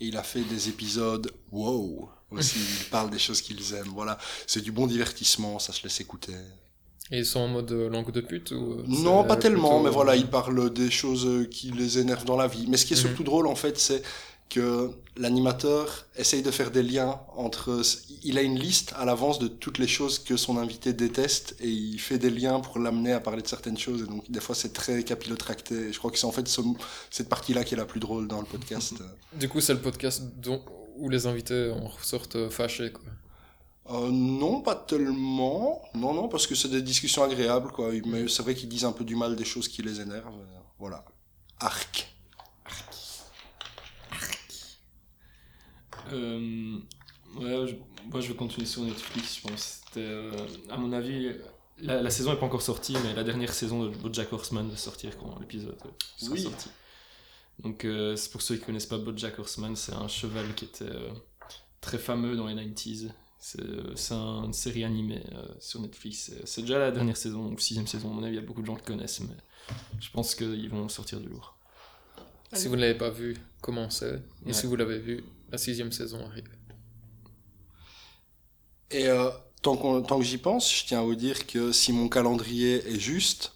Speaker 4: Et il a fait des épisodes wow aussi. Il parle des choses qu'ils aiment. Voilà. C'est du bon divertissement. Ça se laisse écouter.
Speaker 2: et ils sont en mode euh, langue de pute ou euh,
Speaker 4: Non,
Speaker 2: c'est
Speaker 4: pas tellement,
Speaker 2: plutôt-
Speaker 4: mais voilà, ils parlent des choses euh, qui les énervent dans la vie. Mais ce qui est
Speaker 2: Mhm.
Speaker 4: surtout drôle, en fait, c'est que l'animateur essaye de faire des liens entre... Il a une liste à l'avance de toutes les choses que son invité déteste et il fait des liens pour l'amener à parler de certaines choses. Et donc, des fois, c'est très capillotracté. Et Je crois que c'est en fait ce- cette partie-là qui est la plus drôle dans le podcast.
Speaker 2: du coup c'est le podcast dont où les invités en ressortent euh, fâchés quoi
Speaker 4: Euh, non, pas tellement. Non, non, parce que c'est des discussions agréables, quoi. Mais c'est vrai qu'ils disent un peu du mal des choses qui les énervent. Euh, Voilà. Arc.
Speaker 3: Euh, ouais, je- moi je vais continuer sur Netflix, je pense. C'était, euh, à mon avis, la, la saison n'est pas encore sortie, mais la dernière saison de BoJack Horseman va sortir quand l'épisode euh, sera
Speaker 4: Oui.
Speaker 3: sorti. Donc euh, c'est pour ceux qui connaissent pas BoJack Horseman, c'est un cheval qui était euh, très fameux dans les 90s. C'est euh, c'est un- une série animée euh, sur Netflix. C'est- C'est déjà la dernière saison, ou sixième saison, à mon avis, il y a beaucoup de gens qui connaissent, mais je pense qu'ils vont sortir du lourd.
Speaker 2: si vous ne l'avez pas vu commencez et
Speaker 3: Ah Ouais.
Speaker 2: si vous l'avez vu la sixième saison arrive
Speaker 4: Et euh, tant, qu'on- tant que j'y pense, je tiens à vous dire que si mon calendrier est juste,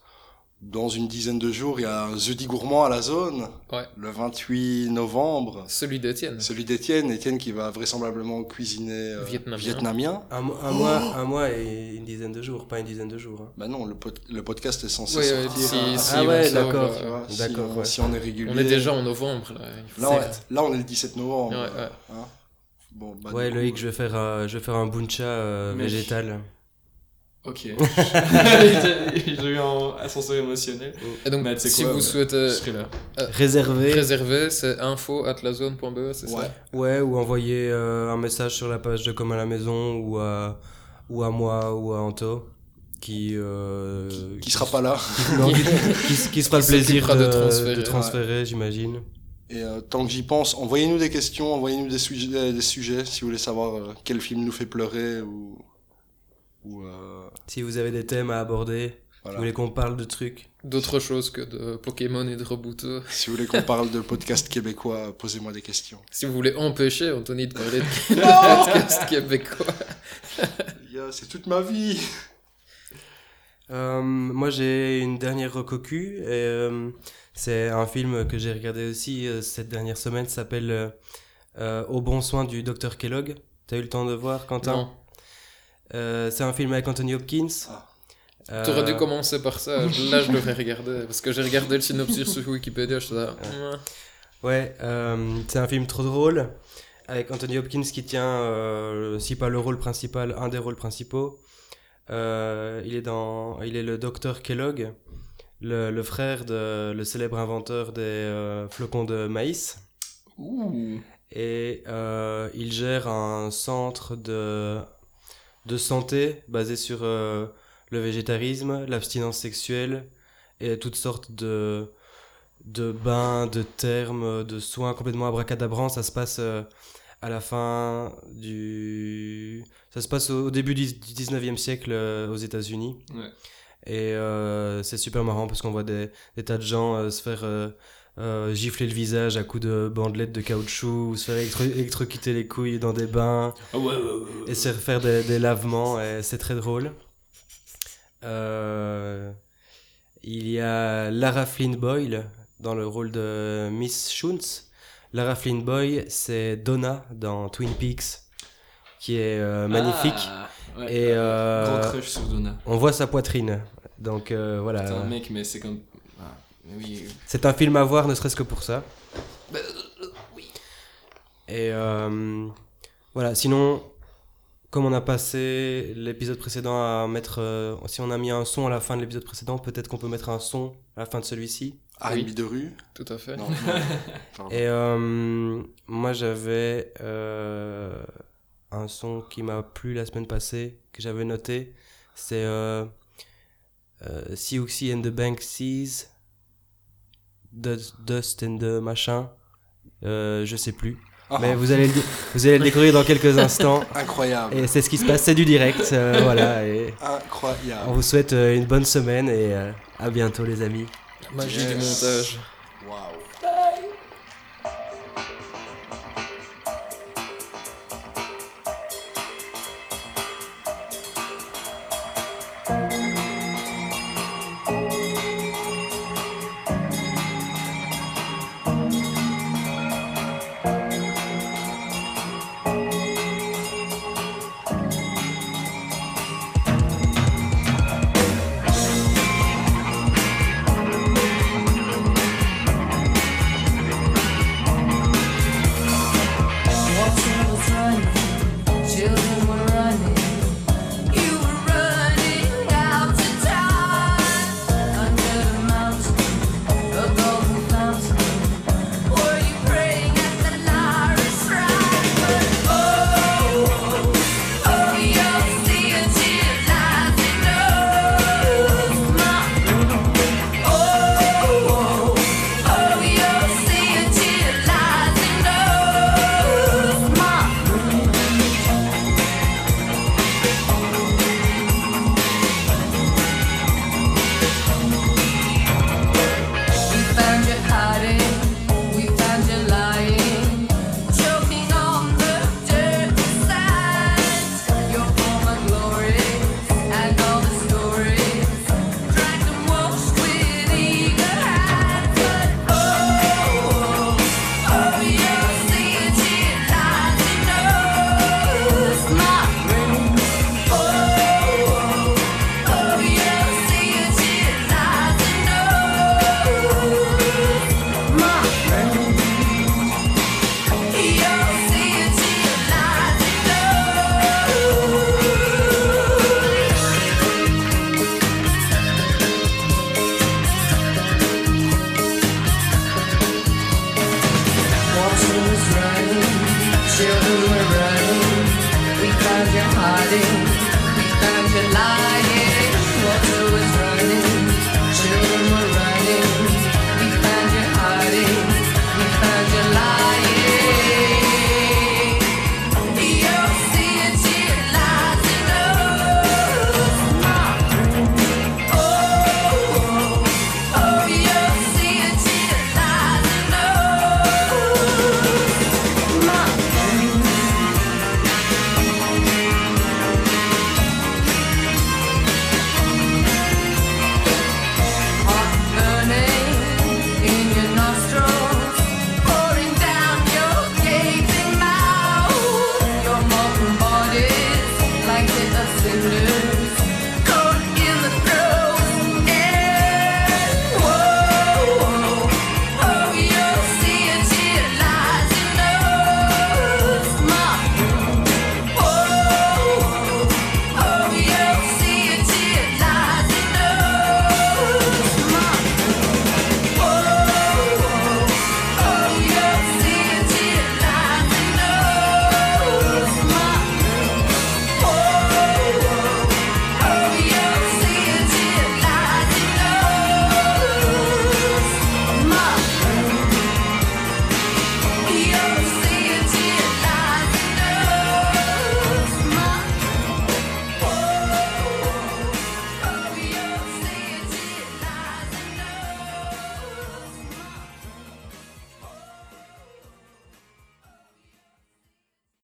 Speaker 4: dans une dizaine de jours, il y a un jeudi gourmand à la zone,
Speaker 2: Ouais.
Speaker 4: le 28 novembre.
Speaker 2: celui d'Étienne
Speaker 4: Celui d'Étienne, Étienne qui va vraisemblablement cuisiner euh,
Speaker 2: Vietnamien.
Speaker 1: Un, mo- un mois, un mois et une dizaine de jours, pas une dizaine de jours. hein.
Speaker 4: Bah non, le, pod- le podcast est censé
Speaker 2: Ouais, ouais,
Speaker 4: sortir.
Speaker 2: si-
Speaker 4: euh,
Speaker 2: si
Speaker 1: ah
Speaker 2: on
Speaker 1: ouais,
Speaker 2: sort,
Speaker 1: d'accord,
Speaker 2: euh,
Speaker 4: tu vois, si
Speaker 1: D'accord,
Speaker 4: on-
Speaker 1: ouais.
Speaker 4: si on est régulier.
Speaker 2: On est déjà en novembre, là. il faut-
Speaker 4: Là, on,
Speaker 1: Certes.
Speaker 4: là, on est le 17 novembre.
Speaker 2: Ouais, ouais.
Speaker 4: hein. Bon, bah,
Speaker 1: ouais,
Speaker 4: du coup,
Speaker 1: Loïc, je vais faire, euh, je vais faire un buncha euh,
Speaker 3: Mais-
Speaker 1: végétal.
Speaker 3: Ok. J'ai eu un ascenseur émotionnel.
Speaker 2: Et donc,
Speaker 3: Mais tu sais
Speaker 2: si
Speaker 3: quoi,
Speaker 2: vous
Speaker 3: ouais.
Speaker 2: souhaitez
Speaker 3: Je serai là.
Speaker 1: Réservé.
Speaker 2: réserver, c'est info.atlazone.be, E, c'est
Speaker 4: euh, Ouais.
Speaker 2: ça
Speaker 1: Ouais, ou envoyer euh, un message sur la page de Comme à la maison ou à, ou à moi ou à Anto qui euh,
Speaker 4: Qui sera pas là.
Speaker 1: non, qui, qui- qui se fera le
Speaker 2: Qui
Speaker 1: plaisir
Speaker 2: s'occupera
Speaker 1: de,
Speaker 2: de
Speaker 1: de transférer,
Speaker 2: transférer.
Speaker 1: j'imagine.
Speaker 4: Et euh, tant que j'y pense, envoyez-nous des questions, envoyez-nous des sujets, euh, des sujets si vous voulez savoir euh, quel film nous fait pleurer ou. ou euh,
Speaker 1: Si vous avez des thèmes à aborder, vous
Speaker 4: voilà.
Speaker 1: voulez qu'on parle de trucs.
Speaker 2: D'autres choses que de Pokémon et de rebooteux.
Speaker 4: Si vous voulez qu'on parle de podcast québécois, posez-moi des questions.
Speaker 2: Si vous voulez empêcher Anthony de parler de de podcast québécois.
Speaker 4: Les gars, c'est toute ma vie
Speaker 1: Euh, moi, j'ai une dernière recocu. et, euh, c'est un film que j'ai regardé aussi euh, cette dernière semaine. ça s'appelle euh, euh, Au bon soin du docteur Kellogg. T'as eu le temps de voir, Quentin
Speaker 2: Non,
Speaker 1: Euh, C'est un film avec Anthony Hopkins.
Speaker 4: Ah.
Speaker 1: Euh,
Speaker 2: t'aurais dû commencer par ça. Là, je devrais regarder. Parce que j'ai regardé le synopsis sur Wikipédia, je suis là. Mouah.
Speaker 1: Ouais, euh, c'est un film trop drôle, avec Anthony Hopkins qui tient, euh, si pas le rôle principal, un des rôles principaux. Euh, il, est dans, il est le docteur Kellogg, le, le frère de le célèbre inventeur des euh, flocons de maïs.
Speaker 3: Ouh.
Speaker 1: Et euh, il gère un centre de, de santé basé sur euh, le végétarisme, l'abstinence sexuelle et toutes sortes de, de bains, de termes, de soins complètement abracadabrants. Ça se passe euh, à la fin du... Ça se passe au, au début du, du 19e siècle euh, aux États-Unis.
Speaker 3: Ouais.
Speaker 1: Et euh, c'est super marrant parce qu'on voit des, des tas de gens euh, se faire euh, euh, gifler le visage à coups de bandelettes de caoutchouc, ou se faire électro- électrocuter les couilles dans des bains,
Speaker 3: Ah ouais, ouais, ouais, ouais.
Speaker 1: et se faire des, des lavements, et c'est très drôle. Euh, il y a Lara Flynn Boyle dans le rôle de Miss Schultz. Lara Flynn Boyle, c'est Donna dans Twin Peaks, qui est euh, magnifique.
Speaker 3: Ah, ouais.
Speaker 1: Et
Speaker 3: Grand
Speaker 1: euh,
Speaker 3: crush sur Donna.
Speaker 1: on voit sa poitrine. Donc euh, voilà.
Speaker 3: Putain, mec, mais c'est comme. Ah, mais oui.
Speaker 1: C'est un film à voir, ne serait-ce que pour ça. Et euh, voilà, sinon, comme on a passé l'épisode précédent à mettre. euh, si on a mis un son à la fin de l'épisode précédent, peut-être qu'on peut mettre un son à la fin de celui-ci.
Speaker 4: Harry
Speaker 2: Oui.
Speaker 4: Ah, de rue.
Speaker 2: Tout à fait.
Speaker 4: Non. Pardon.
Speaker 1: Et euh, moi, j'avais euh, un son qui m'a plu la semaine passée, que j'avais noté. C'est euh, euh, Siouxsie and the Banksies, Dust, Dust and the machin. Euh, je sais plus.
Speaker 4: Ah,
Speaker 1: Mais vous allez, le, vous allez le découvrir dans quelques instants.
Speaker 4: Incroyable.
Speaker 1: Et c'est ce qui se passe, c'est du direct. euh, voilà. Et on
Speaker 4: Incroyable.
Speaker 1: vous souhaite euh, une bonne semaine et euh, à bientôt, les amis.
Speaker 2: Magie du
Speaker 4: Yes.
Speaker 2: montage.
Speaker 4: Waouh.
Speaker 5: Watching was running, children were running, you were running out of time. Under the mountain, a golden fountain, were you praying at the Irish shrine? But oh, oh, you're still realizing, oh my, oh. Oh, you'll see it till lies and knows my We found you hiding, we found you lying, choking on the dirty sands. Your former glory and all the stories, dragged and washed with eager hands. But oh, oh, you'll see it in lies and knows my room. Oh. Oh, you'll see it till lies and knows my friend. You'll see it till lies and knows. Watching was running, children were running. We found you hiding,